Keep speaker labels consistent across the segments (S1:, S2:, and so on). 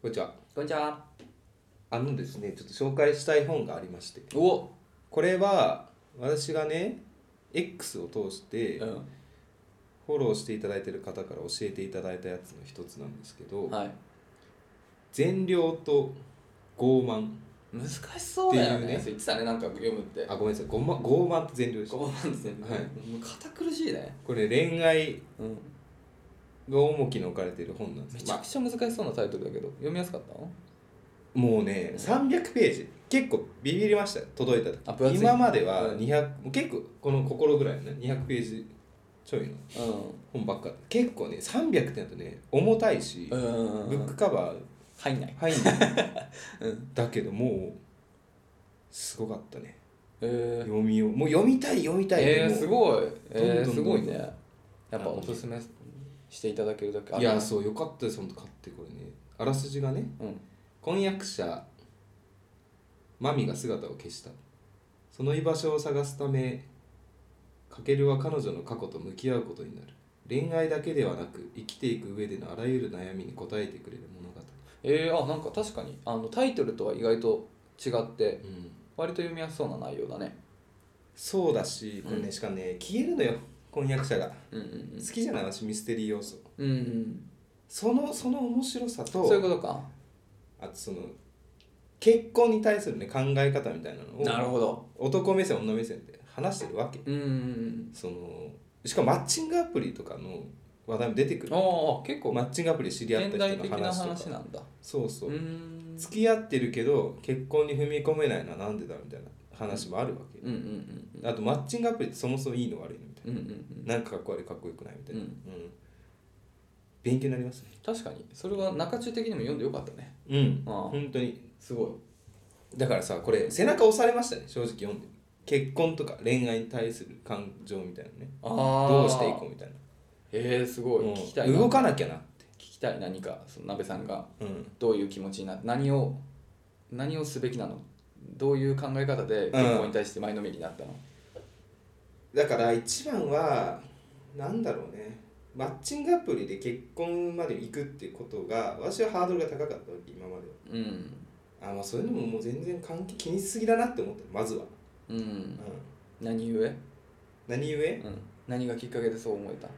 S1: こんにちは。
S2: こんにちは。
S1: あのですね、ちょっと紹介したい本がありまして、
S2: お、
S1: これは私がね、X を通して
S2: う
S1: フォローしていただいてる方から教えていただいたやつの一つなんですけど
S2: ん、、はい。
S1: 善良と傲慢。
S2: 難しそうだよ
S1: っていう
S2: ね。
S1: ね
S2: そう言ってたね、なんか読むって。
S1: あ、ごめんなさい、傲慢傲慢と善良でした。
S2: こうなんですね。
S1: はい
S2: もう堅苦しいね。
S1: これ恋愛
S2: うん。
S1: が重きに置かれている本なんです
S2: めち
S1: け
S2: ゃ
S1: ど、ま
S2: くちゃ難しそうなタイトルだけど、読みやすかったの？
S1: あもうね、300ページ。結構ビビりましたよ届いた
S2: あ分
S1: 時
S2: 厚い
S1: 今までは200、もう結構この心ぐらいのね200ページちょいの本ばっか結構ね300点だとね重たいし、
S2: うん。うんうん
S1: ブ
S2: う
S1: ッ
S2: ん
S1: ク。カバー
S2: 入んない。
S1: 入んない
S2: うん。
S1: だけどもうすごかったね
S2: えー
S1: 読みようもう読みたい読みたい
S2: えー、
S1: もう
S2: すごい。え
S1: どん
S2: ー、
S1: ど
S2: す
S1: んどん
S2: ご
S1: どん
S2: いね。やっぱおすすめしていただけるだけ。あ
S1: いや。そうよかったです本当買ってこれねあらすじがね
S2: うん。
S1: 婚約者マミが姿を消したその居場所を探すためカケルは彼女の過去と向き合うことになる恋愛だけではなく生きていく上でのあらゆる悩みに応えてくれる物語、
S2: えー、あ、なんか確かにあのタイトルとは意外と違って
S1: うん、
S2: 割と読みやすそうな内容だね。
S1: そうだしこれね、
S2: うん
S1: しかもね消えるのよ婚約者が
S2: うんうん
S1: 好きじゃない私ミステリー要素
S2: うん。うんうん。
S1: そのその面白さと
S2: そういうことか。
S1: あとその結婚に対するね考え方みたいなのを
S2: なるほど。
S1: 男目線女目線で話してるわけ
S2: うんうんうん。
S1: そのしかもマッチングアプリとかの話題も出てくる
S2: ああ結構
S1: マッチングアプリで知り合った
S2: 現代
S1: 人
S2: 的
S1: の
S2: な
S1: 話とか
S2: 話なんだ
S1: そうそうう、
S2: ーん
S1: 付き合ってるけど結婚に踏み込めないのはなんでだろうみたいな話もあるわけ、
S2: うんうん
S1: あとマッチングアプリってそもそもいいの悪いのみたい
S2: うんうんうんうん
S1: ななんかかっこ悪いかっこよくないみたいな、
S2: うん
S1: うん勉強になりますね
S2: 確かにそれは中中的にも読んでよかったね
S1: うん
S2: ああ
S1: 本当に
S2: すごい
S1: だからさこれ背中押されましたね正直読んで結婚とか恋愛に対する感情みたいなね
S2: あ
S1: どうしていこうみたいな
S2: えー、すごい
S1: もう
S2: 聞きたいな
S1: 動
S2: 聞
S1: かなきゃなって
S2: きたい何かその鍋さんが
S1: うん
S2: どういう気持ちになって何を何をすべきなのどういう考え方で結婚に対して前のめりになったの、
S1: だから一番はなんだろうねマッチングアプリで結婚まで行くっていうことが私はハードルが高かったわけ今まで
S2: うん
S1: はあまあそういうのももう全然関係気にしすぎだなって思ったまずは、
S2: うん、
S1: うん、
S2: 何故、うん、
S1: 何故
S2: 何がきっかけでそう思えた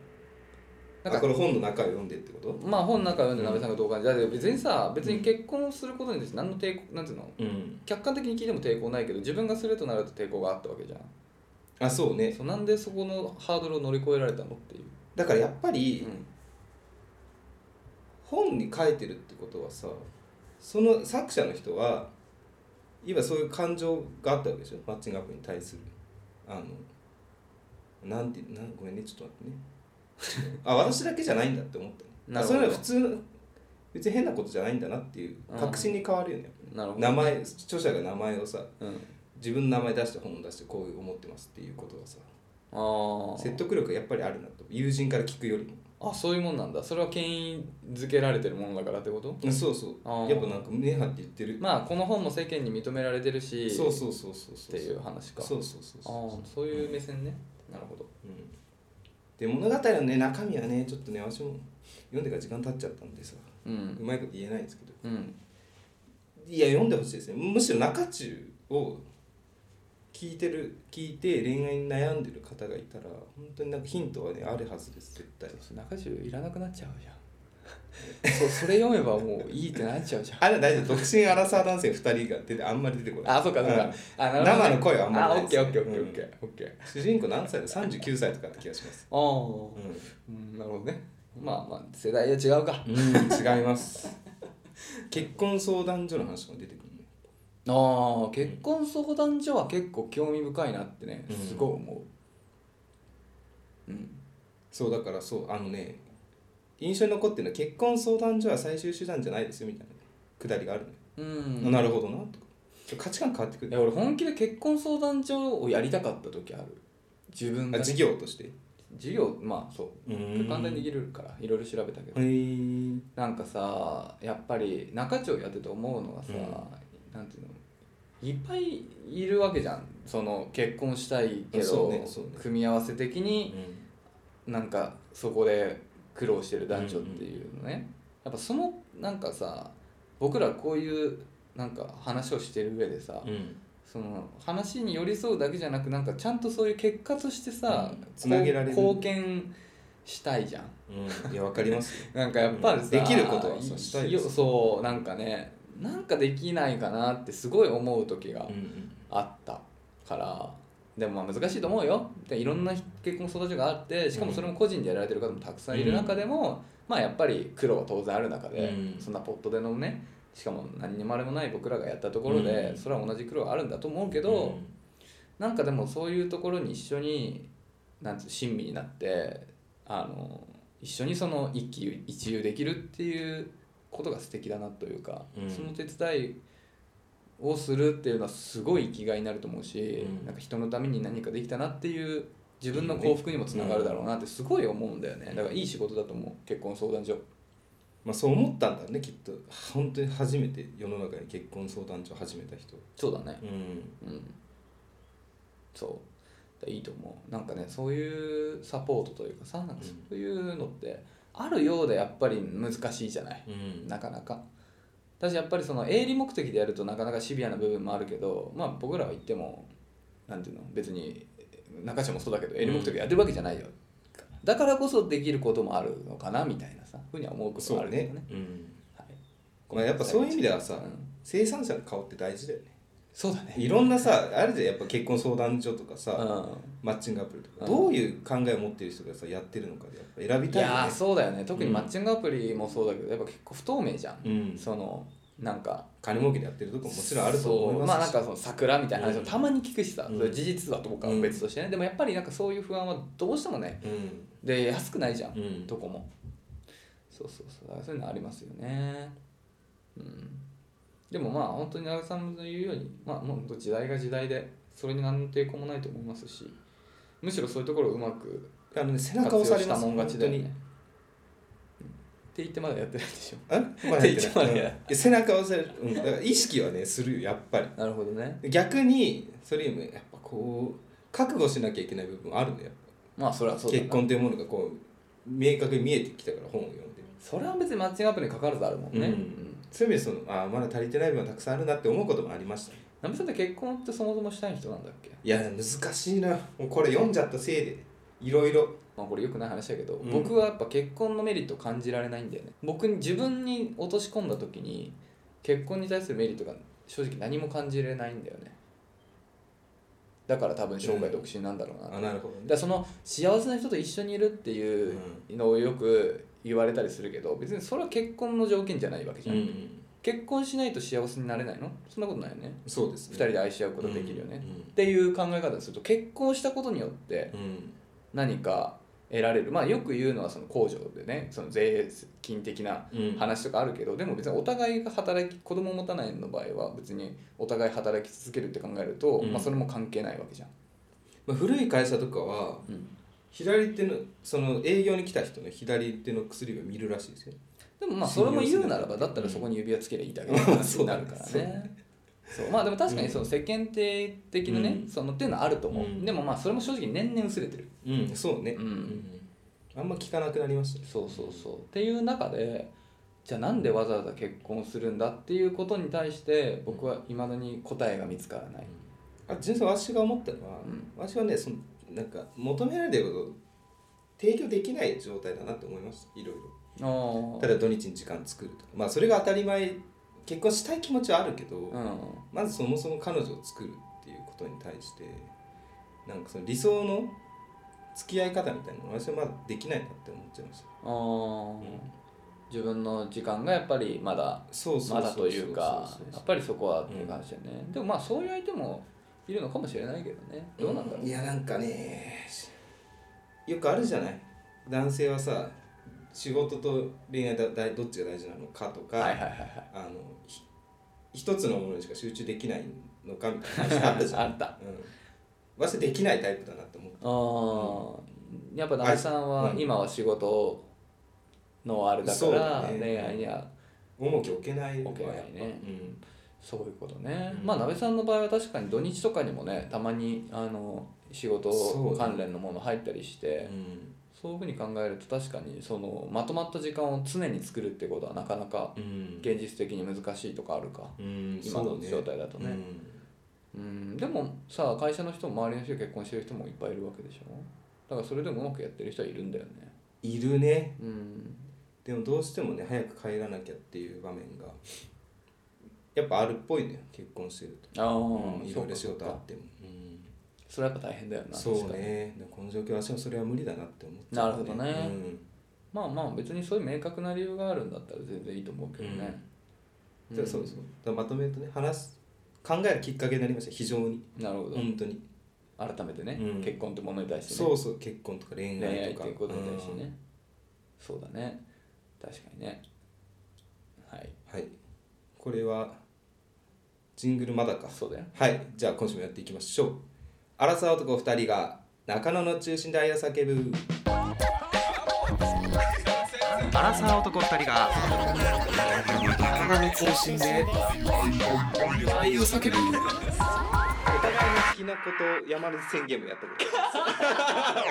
S1: なんかこの本の中を読んでってこと
S2: まあ本なんか読んで鍋さんがどう感じだって別にさ別に結婚をすることに対して何の抵抗なんていうの
S1: うん
S2: 客観的に聞いても抵抗ないけど自分がするとなると抵抗があったわけじゃん
S1: あそうね
S2: そうなんでそこのハードルを乗り越えられたのっていう、
S1: だからやっぱり、
S2: うん
S1: 本に書いてるってことはさその作者の人は今そういう感情があったわけでしょマッチングアプリに対するあのなんてなんごめんねちょっと待ってねあ私だけじゃないんだって思ったの
S2: なる
S1: そ
S2: ほど
S1: れは普通の別に変なことじゃないんだなっていう確信に変わるよね、
S2: なるほど
S1: 名前著者が名前をさ
S2: うん、
S1: 自分の名前出して本を出してこう思ってますっていうことはさ
S2: あ
S1: 説得力がやっぱりあるなと友人から聞くよりも
S2: ああそういうもんなんだそれは権威づけられてるものだからってこと
S1: うんそうそ
S2: あー
S1: うやっぱなんか胸張って言ってる
S2: まあこの本も世間に認められてるし
S1: そうそうそうそう
S2: っ
S1: そう
S2: ていう話か
S1: そうそうそう
S2: あ
S1: そう、
S2: ーそういう目線ね、なるほど
S1: うん、で物語のね中身はねちょっとね私も読んでから時間経っちゃったんでさ
S2: う
S1: うんまいこと言えないんですけど
S2: うん
S1: いや読んでほしいですねむしろ中中を聞いてる聞いて恋愛に悩んでる方がいたら本当になんかヒントはねあるはずです絶対
S2: 中中いらなくなっちゃうじゃん そうそれ読めばもういいってなっちゃうじゃん
S1: あれ大丈夫独身アラサー男性2人が出てあんまり出てこない
S2: あ、そうか、そうか。
S1: ん
S2: あ、
S1: 生の声はあんまりないで
S2: オッ
S1: す
S2: ケ
S1: ね
S2: ー、オッケー、
S1: う
S2: オッケー、
S1: ん
S2: オッケー、オッケー。
S1: 主人公何歳だ39歳とかな気がします、
S2: ああ
S1: うん
S2: うん、なるほどね。まあまあ、世代は違うか。
S1: うん、違います結婚相談所の話も出てくるね
S2: ああ、結婚相談所は結構興味深いなってね、
S1: うん
S2: すごい思う。うん。
S1: そうだからそうあのね印象に残ってるのは結婚相談所は最終手段じゃないですよみたいなくだりがあるね、
S2: うん。
S1: なるほどなとか価値観変わってく
S2: い
S1: る
S2: や俺本気で結婚相談所をやりたかった時ある自分
S1: あ
S2: が
S1: 事業として
S2: 事業まあそうう簡単にで
S1: へ
S2: きるからいろいろ調べたけど
S1: え
S2: なんかさやっぱり中町やってて思うのがさ、なんていうのいっぱいいるわけじゃんその結婚したいけ
S1: そ
S2: ど、
S1: うねそうね
S2: 組み合わせ的になんかそこで苦労してる男女っていうのね、やっぱそのなんかさ僕らこういうなんか話をしてる上でさ、
S1: うん
S2: その話に寄り添うだけじゃなくなんかちゃんとそういう結果としてさ、
S1: うん繋げられる
S2: こう貢献したいじゃん
S1: うん、いやわかりますよ
S2: なんかやっぱりさ、
S1: うんできることはそう
S2: い
S1: したいで
S2: よ
S1: す
S2: そうなんかねなんかできないかなってすごい思う時が
S1: うんうん
S2: あったから、でもまあ難しいと思うよでいろんな結婚相談所があってしかもそれも個人でやられてる方もたくさんいる中でも、まあやっぱり苦労は当然ある中で、
S1: うん
S2: そんなポットでのねしかも何にもあれもない僕らがやったところで、
S1: うん
S2: それは同じ苦労はあるんだと思うけど、
S1: うん
S2: なんかでもそういうところに一緒になんつう親身になってあの一緒にその一喜一憂できるっていうことが素敵だなというか、
S1: うん
S2: その手伝いをするっていうのはすごい生きがいになると思うし、
S1: うん
S2: なんか人のために何かできたなっていう自分の幸福にもつながるだろうなってすごい思うんだよねだからいい仕事だと思う結婚相談所
S1: まあそう思ったんだねきっと本当に初めて世の中に結婚相談所を始めた人
S2: そうだね
S1: うん
S2: うん、そうだいいと思うなんかねそういうサポートというかさなんかそういうのってあるようでやっぱり難しいじゃない
S1: うん
S2: なかなか私やっぱりその営利目的でやるとなかなかシビアな部分もあるけどまあ僕らは言ってもなんていうの別に中島もそうだけど営利目的でやってるわけじゃないよ、だからこそできることもあるのかなみたいなさふうには思うことも
S1: そう
S2: あるけ
S1: ね
S2: どね
S1: うん
S2: はい、
S1: まあやっぱそういう意味ではさ
S2: うん
S1: 生産者の顔って大事だよね
S2: そうだね
S1: いろんなさあるじゃんやっぱ結婚相談所とかさ、
S2: うん
S1: マッチングアプリとか、
S2: うん
S1: どういう考えを持ってる人がさやってるのかでやっぱ選び
S2: い
S1: たいよね
S2: やーそうだよね特にマッチングアプリもそうだけどやっぱ結構不透明じゃん、
S1: うん、
S2: そのなんか
S1: 金儲けでやってるとこももちろんあると思いますし
S2: そうまあなんかその桜みたいな話も
S1: うん
S2: たまに聞くしさ、
S1: うん
S2: それ事実だと僕は別としてね、でもやっぱりなんかそういう不安はどうしてもね
S1: うん
S2: で安くないじゃん、
S1: うん
S2: どこもそうそうそうだからそういうのありますよねうんでもまあ本当に長澤さんの言うようにまあもう本当時代が時代でそれに何の抵抗もないと思いますしむしろそういうところをうまく
S1: あのね背
S2: 活
S1: 中
S2: 用
S1: 押さ
S2: し
S1: れ
S2: た
S1: ます
S2: もん勝ちだよね。っ
S1: 本
S2: て言ってまだやってないでしょ。
S1: 当にあ まだやって
S2: 一応
S1: ないう
S2: ね
S1: んいや背中押される、うん、だから意識はねするよやっぱり
S2: なるほどね。
S1: 逆にそれよりもやっぱこう覚悟しなきゃいけない部分あるねやっ
S2: まあそれは
S1: ぱ
S2: そうだな
S1: 結。婚というものがこう明確に見えてきたから本を読んで
S2: それは別にマッチングアプリに関わらずあるもんね。
S1: うんそういう意味でそのあーまだ足りてない部分はたくさんあるなって思うこともありました
S2: ナミさんって結婚ってそもそもしたい人なんだっけ
S1: いや難しいなもうこれ読んじゃったせいでいろいろ
S2: まあこれ良くない話だけど、
S1: うん
S2: 僕はやっぱ結婚のメリットを感じられないんだよね。僕に自分に落とし込んだ時に結婚に対するメリットが正直何も感じれないんだよね。だから多分生涯独身なんだろうなって
S1: あなるほど
S2: だからその幸せな人と一緒にいるっていうのをよく言われたりするけど別にそれは結婚の条件じゃないわけじゃん、
S1: うん、
S2: 結婚しないと幸せになれないのそんなことないよね
S1: そうです
S2: 2人で愛し合うことできるよね、っ
S1: う
S2: ていう考え方にすると結婚したことによって
S1: んうん
S2: 何か得られるまあよく言うのはその控除でねその税金的な
S1: うん
S2: 話とかあるけどでも別にお互いが働き子供を持たないの場合は別にお互い働き続けるって考えると、
S1: うん
S2: まあ、それも関係ないわけじゃん、
S1: まあ、古い会社とかは左手のその営業に来た人の左手の薬指を見るらしいですよ
S2: でもまあそれも言うならばだったらそこに指輪つけりゃいいだけの話になるから
S1: うん そうだ
S2: ね。そうまあでも確かにその世間体的なね、
S1: うん
S2: そのっていうのはあると思う、
S1: うん
S2: でもまあそれも正直年々薄れてる
S1: うんそうね
S2: うん
S1: あんま聞かなくなりましたね
S2: そうそうそうっていう中でじゃあなんでわざわざ結婚するんだっていうことに対して僕はいまだに答えが見つからない、
S1: あ純粋に私が思ったのは、
S2: うん
S1: 私はねそのなんか求められてることを提供できない状態だなって思いましたいろいろ
S2: あー
S1: ただ土日に時間作るとかまあそれが当たり前結婚したい気持ちはあるけど、
S2: うん
S1: まずそもそも彼女を作るっていうことに対してなんかその理想の付き合い方みたいなの私はまだできないなって思っちゃいました
S2: あー、自分の時間がやっぱりまだ
S1: そうそう
S2: まだ
S1: そ
S2: と
S1: う
S2: いうか
S1: そうそう
S2: や
S1: そう
S2: っぱりそこはっていう感じだよね、でもまあそういう相手もいるのかもしれないけどねどうなんだろう、
S1: いやなんかねよくあるじゃない男性はさ仕事と恋愛だだいどっちが大事なのかとか、
S2: はいはいはいはい
S1: あのひ一つのものにしか集中できないのかみたいな話あったじゃん、
S2: あったあ
S1: うん、私はできないタイプだなって思う
S2: ーやっぱ旦那さんは
S1: うん
S2: 今は仕事のあれだか
S1: そうだ
S2: ら
S1: ね
S2: 恋愛には
S1: 重きを置けない
S2: 置けないね
S1: やっぱうん
S2: そういうことね、
S1: うん
S2: まあ鍋さんの場合は確かに土日とかにもねたまにあの仕事
S1: そうだね
S2: 関連のもの入ったりして
S1: うん
S2: そ,、そういうふうに考えると確かにそのまとまった時間を常に作るってことはなかなか
S1: うん
S2: 現実的に難しいとかあるか、
S1: うん
S2: 今の状態だと
S1: そ
S2: ね
S1: うね
S2: うんでもさ会社の人も周りの人結婚してる人もいっぱいいるわけでしょだからそれでもうまくやってる人はいるんだよね
S1: うんいるね
S2: うん
S1: でもどうしてもね早く帰らなきゃっていう場面がやっぱあるっぽいね結婚してると
S2: ああ、
S1: うんい
S2: そ
S1: ろ
S2: う
S1: いろ
S2: か
S1: 仕
S2: そう
S1: 事あっ
S2: か
S1: てもうん
S2: それはやっぱ大変だよな
S1: そう
S2: 確かに
S1: ねでもこの状況は私もそれは無理だなって思っち
S2: な
S1: ゃ
S2: る
S1: う
S2: ほどねまあまあ別にそういう明確な理由があるんだったら全然いいと思うけどね、
S1: うんんじゃあそうそうだからまとめるとね話す考えるきっかけになりました非常に
S2: なるほど、
S1: 本当に
S2: 改めてね、
S1: うん
S2: 結婚ってものに対してね
S1: そうそう結婚とか恋
S2: 恋愛
S1: 愛
S2: っ
S1: と
S2: て
S1: か
S2: いうことに対してねそうだね確かにねはい
S1: うんはいこれはジングルまだか
S2: そうだよ
S1: はい、じゃあ今週もやっていきましょう。アラサー男2人が中野の中心で愛を叫ぶ。アラサー男2人が中野の中心で愛を叫ぶ。お互いの好きなことを山根宣言もやったこと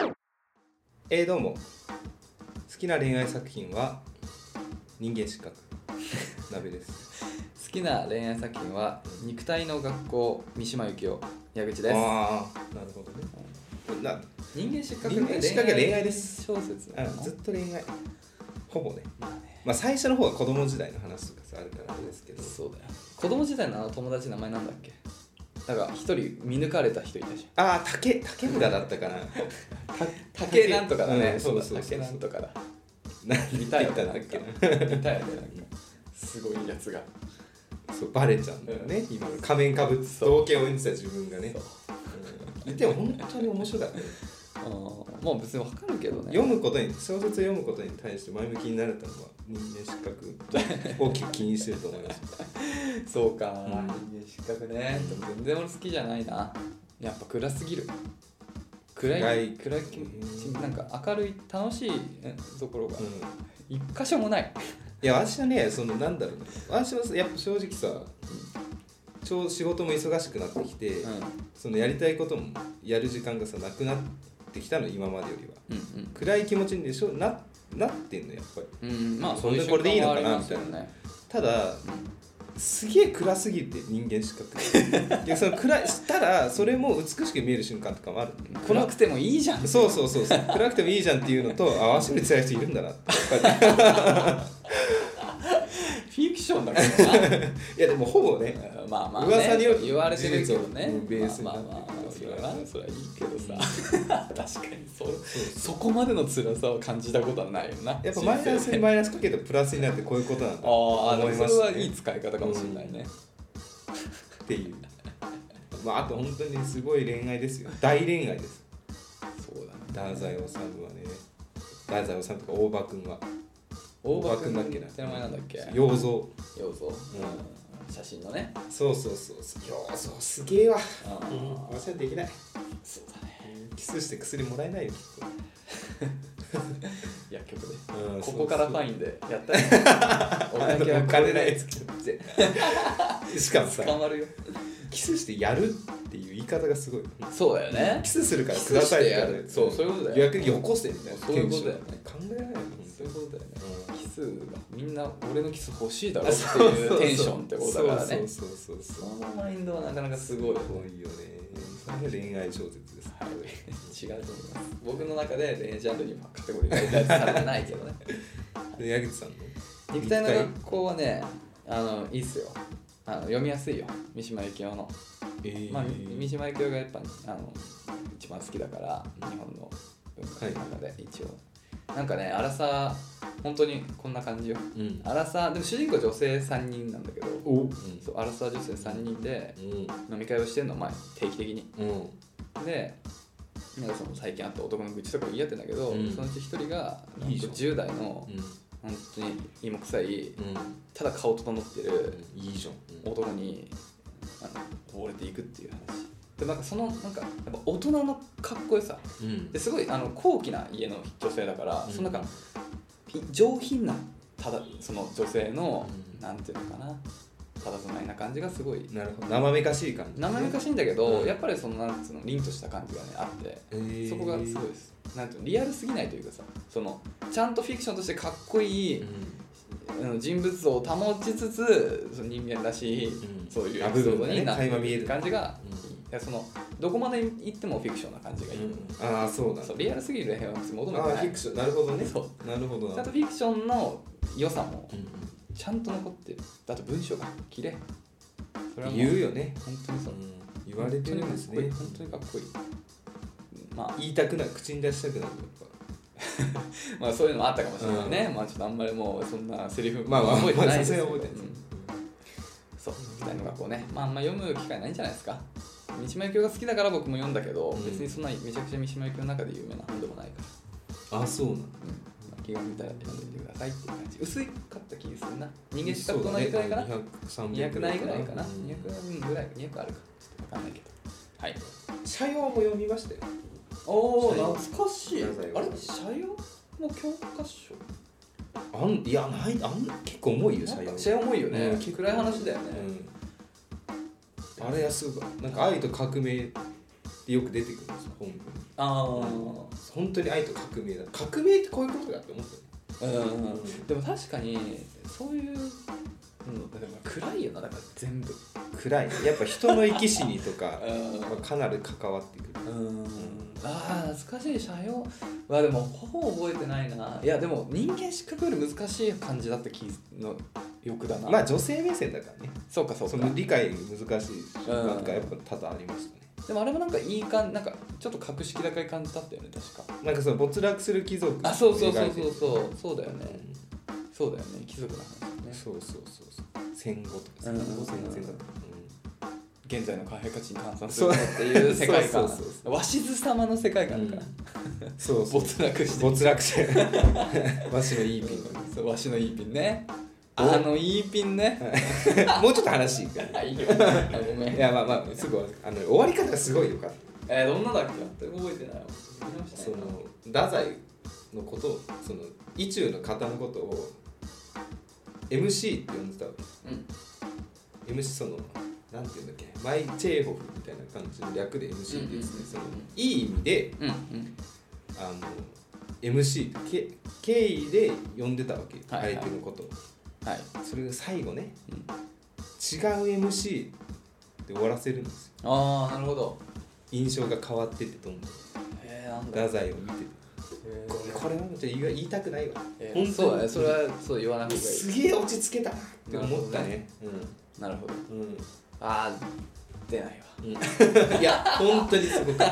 S1: です。 えー、どうも。好きな恋愛作品は人間失格。鍋です。
S2: 好きな恋愛作品は「肉体の学校」三島由紀夫矢口で
S1: あ
S2: す
S1: あ、なるほどね。な
S2: 人間失格
S1: 人間失格は恋愛です
S2: 小説
S1: あ
S2: なの
S1: のずっと恋愛ほぼねまあ最初の方は子供時代の話とかさあるからあれですけど
S2: そうだよ子供時代のあの友達の名前なんだっけだから一人見抜かれた人いたじ
S1: ああ竹竹村だった かなた
S2: ゃん竹なんとかだね、
S1: うん
S2: そ
S1: そうう
S2: だ
S1: そう
S2: 竹
S1: そう
S2: なんとかだ
S1: 何
S2: 見
S1: 見
S2: た
S1: た
S2: い
S1: い
S2: よ
S1: んだっ
S2: なんか
S1: け
S2: 見たよねなんかすごいやつが
S1: そうバレちゃうんだよね今の仮面かぶって
S2: そう
S1: 同型を演じた自分がね
S2: そう
S1: うんでも本当に面白かったよ
S2: あーもう別にわかるけどね
S1: 読むことに小説を読むことに対して前向きになれたのは人間失格を 大きく気にしてると思います
S2: そうか、
S1: う
S2: 失格ねでも全然俺好きじゃないなやっぱ暗すぎる暗い
S1: 暗い
S2: 暗い気持ちなんか明るい楽しいえところが
S1: うん
S2: 一箇所もない
S1: いや私はねそのなんだろうね私はやっぱ正直さちょう仕事も忙しくなってきて、
S2: うん
S1: そのやりたいこともやる時間がさなくなってきたの今までよりは
S2: うん
S1: 暗い気持ちにでしょななってんのやっぱり
S2: うんうんまあ
S1: それでこれでいいのかなみたいな
S2: そうう瞬間はありますよね
S1: ただすげえ暗すぎて人間失 格いやその暗いしたらそれも美しく見える瞬間とかもあるこ
S2: 暗
S1: の
S2: くてもいいじゃん
S1: そうそうそうそう暗くてもいいじゃんっていうのとあ足に辛い人いるんだなってや っぱ
S2: フィクションだからな
S1: りいやでもほぼね
S2: うん まあまあ、ね、
S1: 噂による
S2: 言われてるけどね
S1: 事実をベースに
S2: ま
S1: な
S2: あ
S1: っ
S2: まあ
S1: てる
S2: まあまあそれはなそれはいいけどさ 確かにそう
S1: そう
S2: そこまでの辛さを感じたことはないよな
S1: やっぱマイナスにマイナスかけてプラスになってこういうことなんだ
S2: ああ、
S1: 思
S2: でも
S1: い
S2: そ
S1: ま
S2: れ
S1: す
S2: はいい
S1: ね
S2: 使い方かもしれないね。
S1: っていうまああと本当にすごい恋愛ですよ大恋愛です
S2: そうだね。
S1: 太宰治はね太宰治とか大場君は
S2: 大場
S1: 場
S2: 君
S1: 君
S2: だ
S1: だ
S2: っ
S1: っけ
S2: けな。
S1: な
S2: って名前なんだっけ
S1: 要造
S2: 要素。うん写真のね。
S1: そうそうそう要造すげえわ
S2: あ
S1: う
S2: ー
S1: んわしはできない
S2: そうだね。
S1: キスして薬もらえないよきっ
S2: 薬局で。
S1: と、うん
S2: ここからファインでやったり。
S1: お
S2: 俺だけ
S1: 金
S2: は
S1: お金ない
S2: こ
S1: 絶対 しかもさ
S2: れで捕まるよ。
S1: キスしてやるっていう言い方がすごい
S2: そうだよね
S1: キ。スするからくださいって
S2: キスしてやるそうそういうことだよ
S1: 逆によこせみたいな
S2: そういうことだよね
S1: 考えられないもん
S2: そういうことだよね。
S1: うん
S2: キスがみんな俺のキス欲しいだろっていうテンションってことだからね。
S1: そうそうそうそう
S2: そのマインドはなかなかすごい。
S1: すごいよねそれが恋愛小説です、
S2: はい違うと思います。僕の中で恋愛ジャンルにはカテゴリーが分類されてないけ どね。
S1: で矢口さんの
S2: 肉体の学校はねあのいいっすよあの読みやすいよ三島由紀夫の、
S1: えー
S2: まあ、三島由紀夫がやっぱあの一番好きだから日本の文化の中で一応、なんかね荒さ本当にこんな感じよ
S1: うん
S2: 荒さでも主人公女性3人なんだけど
S1: おうん
S2: そう荒さ女性3人で
S1: うん
S2: 飲み会をしてんの前定期的に
S1: うん
S2: でなんかその最近あった男の愚痴とか言い合ってんだけど、
S1: うん
S2: そのうち1人が
S1: いいじゃん
S2: 10代の
S1: うん
S2: 本当に芋臭い
S1: うん
S2: ただ顔整ってる
S1: いいじゃん
S2: 男にあの溺れていくっていう話でなんかそのなんかやっぱ大人のかっこよさ
S1: うん
S2: ですごいあの高貴な家の女性だから、
S1: うん
S2: そのなんか上品なただその女性の、
S1: うん
S2: なんていうのかなたたずまいな感じがすごい
S1: なるほど生めかしい感じ
S2: 生めかしいんだけど、
S1: うん
S2: やっぱりそのなんつうの凛とした感じがねあって、
S1: えー
S2: そこがすごいですなんていうのリアルすぎないというかさそのちゃんとフィクションとしてかっこいい、うん人物像を保ちつつその人間らしい、
S1: うん
S2: そういう
S1: あ
S2: エピソード
S1: 部分
S2: に
S1: が
S2: な
S1: ね
S2: って
S1: 垣間見える
S2: 感じが、
S1: うん
S2: いやそのどこまで行ってもフィクションな感じがいい、
S1: うんああそうだ
S2: そうリアルすぎる恋愛は別に求めて
S1: あ
S2: な
S1: あフ
S2: い
S1: ィクションなるほどね
S2: そ
S1: なるほど
S2: ちゃん
S1: な
S2: とフィクションの良さも
S1: うん
S2: ちゃんと残ってるあと文章が綺麗そ
S1: うん
S2: も
S1: 言うよね
S2: 本当にそううん
S1: 言われてるんですね
S2: 本当にかっこいい本当にかっこいいまあ
S1: 言いたくなる口に出したくなるやっぱ
S2: まあそういうのもあったかもしれないね、まあちょっとあんまりもうそんなセリフ
S1: まあまあ
S2: 覚えてないですけ
S1: まあ
S2: ど
S1: さすがに覚えてないです
S2: うんそうみたいなのがこうねまああんま読む機会ないんじゃないですか三島由紀夫が好きだから僕も読んだけど、
S1: うん
S2: 別にそんなめちゃくちゃ三島由紀夫の中で有名な本でもないから、
S1: ああそうなの
S2: うんまあ、気が向いたら読んでみてくださいっていう感じ薄かった気がするな人間失格と同じくらいかな、
S1: そうだね200
S2: 200ないぐらいかな、
S1: うん
S2: 200ぐらい200あるかちょっと分かんないけどはい
S1: 社用も読みましたよ
S2: お
S1: ー
S2: 懐かし
S1: いあれ
S2: 社用も教科書
S1: あんいやないあん結構重いよ社
S2: なん
S1: 用
S2: か社用重いよね、
S1: うん
S2: 暗い話だよね、
S1: うんあれはすごいなんか愛と革命ってよく出てくるんですよ本文に
S2: あ
S1: 本当に愛と革命だ革命ってこういうことだって思ったよ
S2: あうんでも確かにそういううんだから暗いよなだから全部
S1: 暗いねやっぱ人の生き死にと か
S2: う
S1: まあかなり関わってくる
S2: んああ懐かしい社用はでもほぼ覚えてないないやでも人間失格より難しい感じだった気の欲だな
S1: まあ女性目線だからね
S2: そうかそう
S1: そ
S2: か
S1: の理解難しい瞬間とか
S2: うん
S1: やっぱ多々ありましたね
S2: でもあれもなんかいい感じなんかちょっと格式高い感じだったよね確か
S1: なんかその没落する貴族
S2: あそうそうそ
S1: 描
S2: う
S1: いて
S2: そ
S1: る
S2: うそうそうだよね
S1: うん
S2: そうだよね貴族の話だよね
S1: そうそうそうそう戦後とか
S2: う
S1: 戦
S2: ん
S1: 後戦前だとか
S2: 現在の貨幣価値に換算す
S1: そう
S2: るっていう世界観
S1: そうそうそうそ
S2: わしずさまの世界
S1: う
S2: 観
S1: ん
S2: だから、
S1: そうそう
S2: 没落して
S1: 没落してわしのいいピンが
S2: そうわしのいいピンね
S1: お
S2: あのいいピンね
S1: もうちょっと話いいか
S2: あいいよあごめ
S1: らい
S2: ん
S1: やまあまあすごいあの終わり方がすごいよかった
S2: えー、どんなだっけ全く覚えてないわ見直した
S1: そ
S2: いな
S1: の太宰のことをその意中の方のことを MC って呼んでたわ
S2: うん
S1: け MC そのなんていうんだっけマイ・チェーホフみたいな感じの略で MC って言ってて、
S2: うんうんうん
S1: そのいい意味で
S2: うんうん
S1: あの MC け敬意で呼んでたわけ、
S2: はいはい
S1: 相手のことを
S2: はい、
S1: それが最後ね
S2: うん、
S1: 違う MC で終わらせるんですよ
S2: ああなるほど
S1: 印象が変わってってどんどん
S2: えー、なんだ
S1: 太宰を見ててこれこれはちょっと言わ言いたくないわ、
S2: えー
S1: 本当に
S2: そうだねそれはそう言わない方がい
S1: すげえ落ち着けたなって思ったね
S2: いなるほど
S1: うん、うん
S2: ああ出ない
S1: いや本当にすごくびっ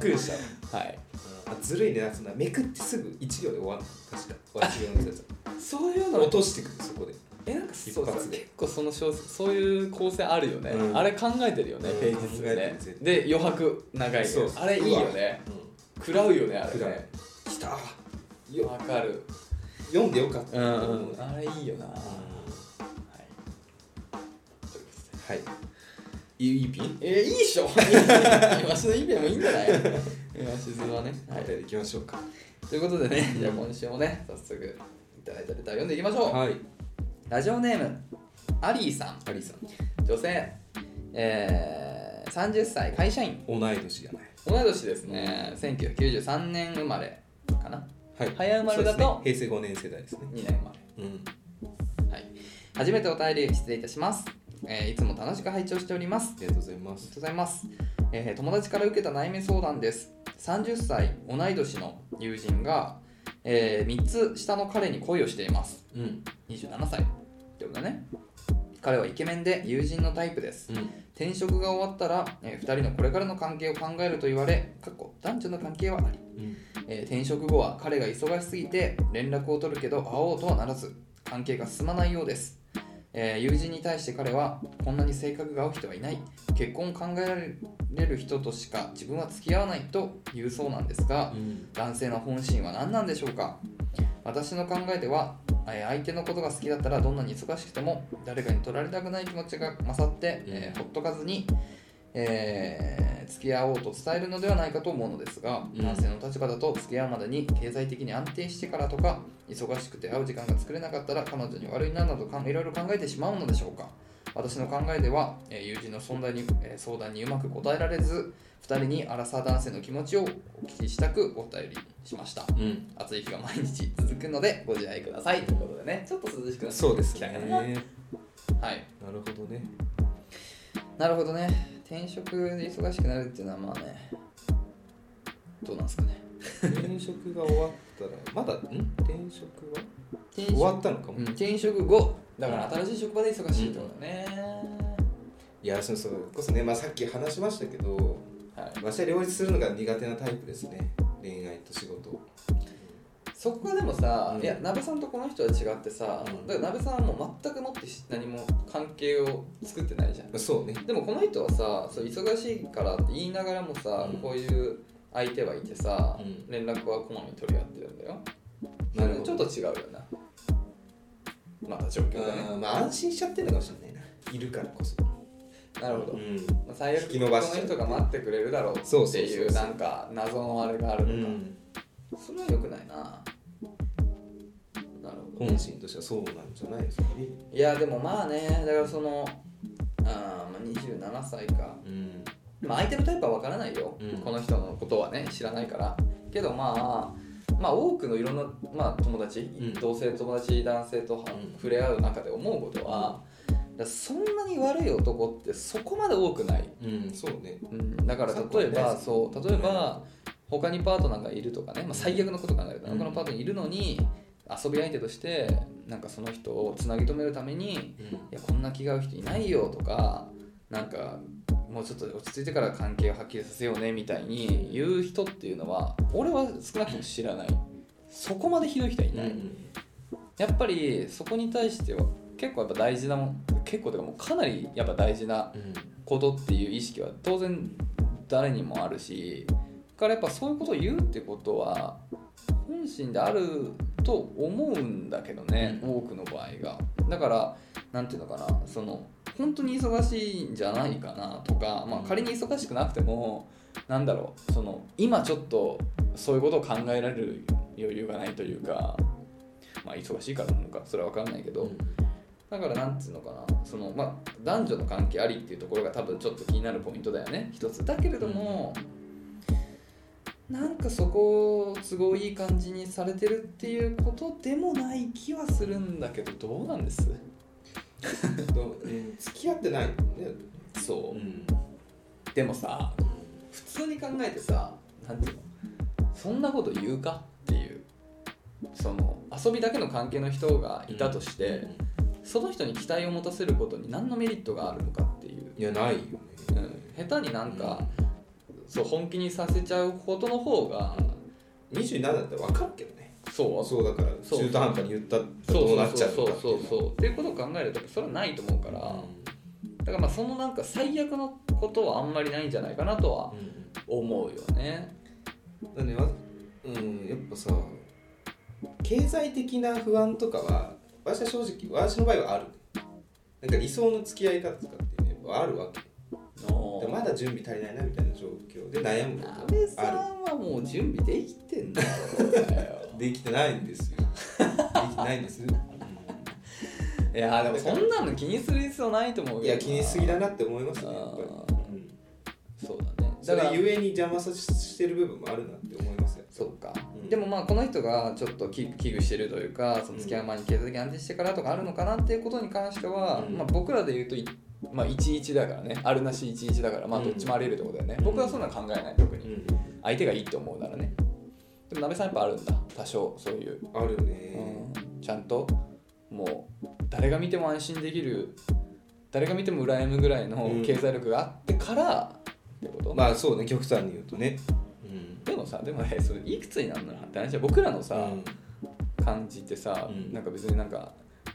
S1: くりしたわ、
S2: わはい
S1: あずるいねそんなめくってすぐ1秒で終わる確か私が読んでたや
S2: そういう
S1: つ
S2: の
S1: 落としてくるそこで
S2: えなんかそう
S1: 一
S2: そう
S1: 発で
S2: 結構その小説そういう構成あるよね、
S1: うん
S2: あれ考えてるよね、
S1: うん
S2: 平日
S1: 考えてる絶
S2: ねで余白長いけど
S1: そう
S2: あれいいよね
S1: う
S2: 食らうよねあれ
S1: 暗
S2: ね
S1: いきたよ
S2: わかる
S1: 読んでよかった、
S2: うん
S1: と思
S2: うん
S1: う
S2: あれいいよな、は
S1: はい
S2: ということで
S1: いいいピン
S2: えー、いいっ しょわしの意味もいいんじゃ ないわしずはね、
S1: お
S2: はい、
S1: 便りいきましょうか
S2: ということでねじゃあ今週もね早速いただいたレター読んでいきましょう、
S1: はい
S2: ラジオネームアリーさん
S1: アリさん
S2: 女性えー、30歳会社員
S1: 同い年じゃない
S2: 同い年ですね1993年生まれかな
S1: はい
S2: 早生まれだと
S1: そうですね平成5年世代ですね
S2: 2年生ま
S1: うん
S2: れはい初めてお便り失礼いたします、えーいつも楽しく拝聴しております
S1: ありがとうございま
S2: ありが
S1: す
S2: とうございます、えー友達から受けた悩み相談です30歳同い年の友人が、え3つ下の彼に恋をしています
S1: うん
S2: 27歳ってことだね彼はイケメンで友人のタイプで
S1: う
S2: す
S1: ん
S2: 転職が終わったら、え2人のこれからの関係を考えると言われかっこ男女の関係はあり
S1: うん
S2: えー転職後は彼が忙しすぎて連絡を取るけど会おうとはならず関係が進まないようです、えー友人に対して彼はこんなに性格が合う人はいない結婚を考えられる人としか自分は付き合わないと言うそうなんですが
S1: うん
S2: 男性の本心は何なんでしょうか私の考えではえー相手のことが好きだったらどんなに忙しくても誰かに取られたくない気持ちが勝って、えーほっとかずに、えー付き合おうと伝えるのではないかと思うのですが、
S1: うん
S2: 男性の立場だと付き合うまでに経済的に安定してからとか忙しくて会う時間が作れなかったら彼女に悪いななどかんいろいろ考えてしまうのでしょうか私の考えでは、えー友人の相談に,、えー相談にうまく答えられず2人にアラサー男性の気持ちをお聞きしたくお便りしました
S1: うん
S2: 暑い日が毎日続くのでご自愛くださいということでねちょっと涼しくなって
S1: そうですね
S2: きたか
S1: なる
S2: なはい
S1: ほどね
S2: なるほどね転職で忙しくなるっていうのはまあねどうなんですかね
S1: 転職が終わったらまだん転職は
S2: 転
S1: 終わったのかも、
S2: うん、
S1: い
S2: 転職後だから新しい職場で忙しいってことだね、
S1: やそうそうこそね、まあ、さっき話しましたけど
S2: はい、
S1: わしは両立するのが苦手なタイプですね恋愛と仕事を
S2: そこはでもさ、
S1: うん
S2: いや鍋さんとこの人は違ってさ、
S1: うん
S2: だから鍋さんはもう全くもって何も関係を作ってないじゃん
S1: まあそうね
S2: でもこの人はさそう忙しいからって言いながらもさ、
S1: うん
S2: こういう相手はいてさ、
S1: うん
S2: 連絡はこまめに取り合ってるんだよ
S1: なるほど
S2: ちょっと違うよなまた状況がね
S1: うんまあ安心しちゃってるのかもしれないないるからこそ
S2: なるほど、
S1: うん
S2: まあ最悪
S1: 引
S2: こ
S1: き伸ばしちゃう
S2: の人が待ってくれるだろうって
S1: そうそう
S2: い
S1: そうう
S2: なんか謎のあれがある
S1: う
S2: とか、
S1: ん
S2: それは良くないななるほど
S1: 本心としてはそうなんじゃないですかね
S2: いやでもまあねだからそのあーまあ27歳か、
S1: うん
S2: まあ、相手のタイプは分からないよ、
S1: うん
S2: この人のことはね知らないからけどまあまあ多くのいろんな、まあ、友達、
S1: ん
S2: 同性友達男性とは
S1: うん
S2: 触れ合う中で思うことは、だからそんなに悪い男ってそこまで多くない
S1: うんそうね
S2: うん、だから例えば
S1: そ
S2: そうう例えば他にパートナーがいるとかね、まあ、最悪のこと考えると
S1: うん
S2: 他のパートナーいるのに遊び相手としてなんかその人をつなぎ止めるためにいやこんな気が合う人いないよとかなんかもうちょっと落ち着いてから関係をはっきりさせようねみたいに言う人っていうのは俺は少なくとも知らないそこまでひどい人はいない、やっぱりそこに対しては結構やっぱ大事なもん結構というかもうかなりやっぱ大事なことっていう意識は当然誰にもあるしだからやっぱそういうことを言うってことは本心であると思うんだけどね、
S1: うん
S2: 多くの場合がだから何て言うのかなその本当に忙しいんじゃないかなとか、まあ、仮に忙しくなくてもなんだろうその今ちょっとそういうことを考えられる余裕がないというか、まあ、忙しいからなのかそれは分かんないけど、だからなんつうのかなその、まあ、男女の関係ありっていうところが多分ちょっと気になるポイントだよね一つだけれども、なんかそこを都合いい感じにされてるっていうことでもない気はするんだけどどうなんです
S1: うん付き合ってないもんね
S2: そううんでもさ普通に考えてさなんていうのそんなこと言うかっていうその遊びだけの関係の人がいたとして、その人に期待を持たせることに何のメリットがあるのかっていう
S1: いやないよね
S2: うん下手になんか、そう本気にさせちゃうことの方が
S1: 27だったら分かるけどね
S2: そう
S1: そうだから
S2: そう
S1: 中途半端に言ったら
S2: そう
S1: どうなっちゃう
S2: そう
S1: のか
S2: そう
S1: って
S2: そうそ
S1: いう
S2: っていうことを考えるとそれはないと思うから、
S1: の
S2: だからまあそのなんか最悪のことはあんまりないんじゃないかなとは
S1: うんうん
S2: 思うよね
S1: だねわうんやっぱさ経済的な不安とかは私は正直私の場合はあるなんか理想の付き合い方とかっていうのはやっぱあるわけ
S2: お
S1: でまだ準備足りないなみたいな状況で悩むこと
S2: 鍋
S1: もあ
S2: さ
S1: る
S2: んはもう準備できてんだろうがよ
S1: できてないんですよできてないんです、う
S2: いやでもそんなの気にする必要ないと思うけど
S1: んいや気にしすぎだなって思いますねやっぱり
S2: あ、
S1: うん、
S2: そうだね
S1: そ
S2: だから
S1: れゆえに邪魔さしてる部分もあるなって思いますよ
S2: そうか、
S1: うん
S2: でもまあこの人がちょっと危危惧してるというかその
S1: うん
S2: 付き合う前に経済的に安定してからとかあるのかなっていうことに関しては、
S1: うん
S2: まあ、僕らで言うとい、まあ、11だからねあるなし11だからまあ
S1: うん
S2: どっちもあり得るってことだよね、
S1: うん
S2: 僕はそんなの考えない特
S1: う
S2: に
S1: ん、
S2: 相手がいいと思うならねでもなべさんやっぱあるんだ多少そういう、
S1: あるね、
S2: うんちゃんともう誰が見ても安心できる誰が見ても羨むぐらいの経済力があってからってこと、
S1: まあそうね極端に言うとねうん
S2: でもさでもねそれいくつになるのって話は僕らのさ、
S1: うん
S2: 感じってさ、
S1: うん
S2: なんか別になんか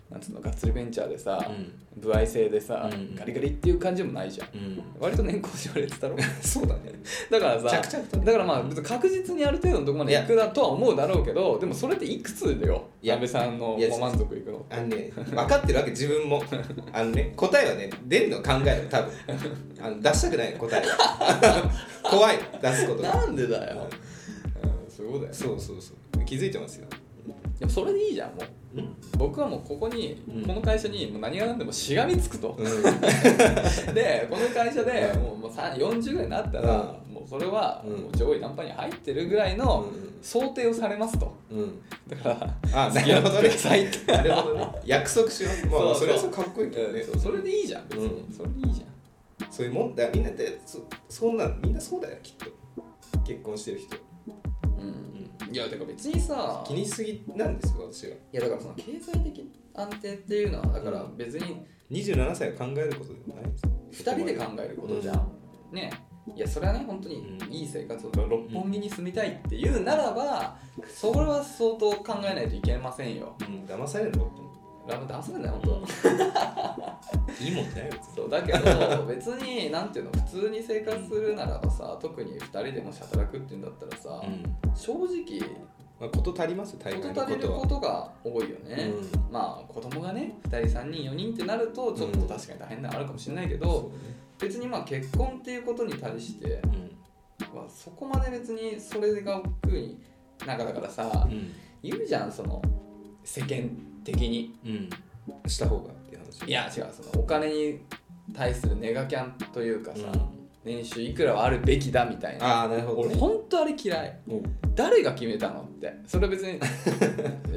S2: なんつうのがっつりベンチャーでさ、
S1: うん
S2: 歩合制でさ、
S1: うん
S2: ガリガリっていう感じもないじゃん
S1: うん、
S2: 割と年功序列 だろ
S1: そうだね
S2: だからさ
S1: 着々とね
S2: だからまあ別に確実にある程度のとこまで行くなとは思うだろうけどでもそれっていくつだよ
S1: いや
S2: 矢部さんの
S1: いや
S2: ご満足いくの
S1: あのね分かってるわけ自分もあのね答えはね出るの考える多分あの出したくない答えは 怖い出すことが
S2: なんでだよ、うんそういうことだよ
S1: そうそうそう気づいてますよ
S2: でもそれでいいじゃんもう僕はもうここに、
S1: うん
S2: この会社にもう何が何でもしがみつくと、
S1: うん
S2: でこの会社でもうもうさ40ぐらいになったら、もうそれは
S1: うん
S2: もう上位何番に入ってるぐらいの想定をされますと
S1: うんうん
S2: だから
S1: あ
S2: 付
S1: な
S2: き合
S1: るほ
S2: っ
S1: ど
S2: て
S1: ね
S2: くださいって
S1: なるほどね約束しようまあまあ
S2: そ
S1: そう
S2: そう
S1: れはそうかっこいいけどね
S2: そうそれでいいじゃん別に、
S1: うん
S2: それでいいじゃん
S1: そういうもんだみんなでそそんなんみんなそうだよきっと結婚してる人
S2: うん、いやだから別にさ
S1: 気にしすぎなんですよ私が
S2: いやだからその経済的安定っていうのはだから別に
S1: 27歳が考えることでもないです
S2: 2人で考えることじゃん、ねいやそれはね本当にいい生活を六本木に住みたいっていうならばそれは相当考えないといけませんよ
S1: うん騙されるの
S2: ラブダンスなんだよ 本
S1: いいもんじゃないよ別
S2: 当そうだけど別になんていうの普通に生活するならばさ特に2人でもし働くっていうんだったらさ、
S1: にうん
S2: 正直
S1: まあこと足りますよ大概の
S2: 事足り
S1: こ
S2: る
S1: とは
S2: ことが多いよね、
S1: うん
S2: まあ子供がね2人3人4人ってなるとちょっと確かに大変なのあるかもしれないけど、別にまあ結婚っていうことに対して
S1: う
S2: はそこまで別にそれが億劫になんかだからさ
S1: ん
S2: 言うじゃんその世間的に
S1: うんうんした方がっていう話
S2: いや違うそのお金に対するネガキャンというかさ、年収いくらはあるべきだみたいな
S1: ああなるほど
S2: 俺
S1: ね
S2: ほんとあれ嫌い誰が決めたのってそれは別 に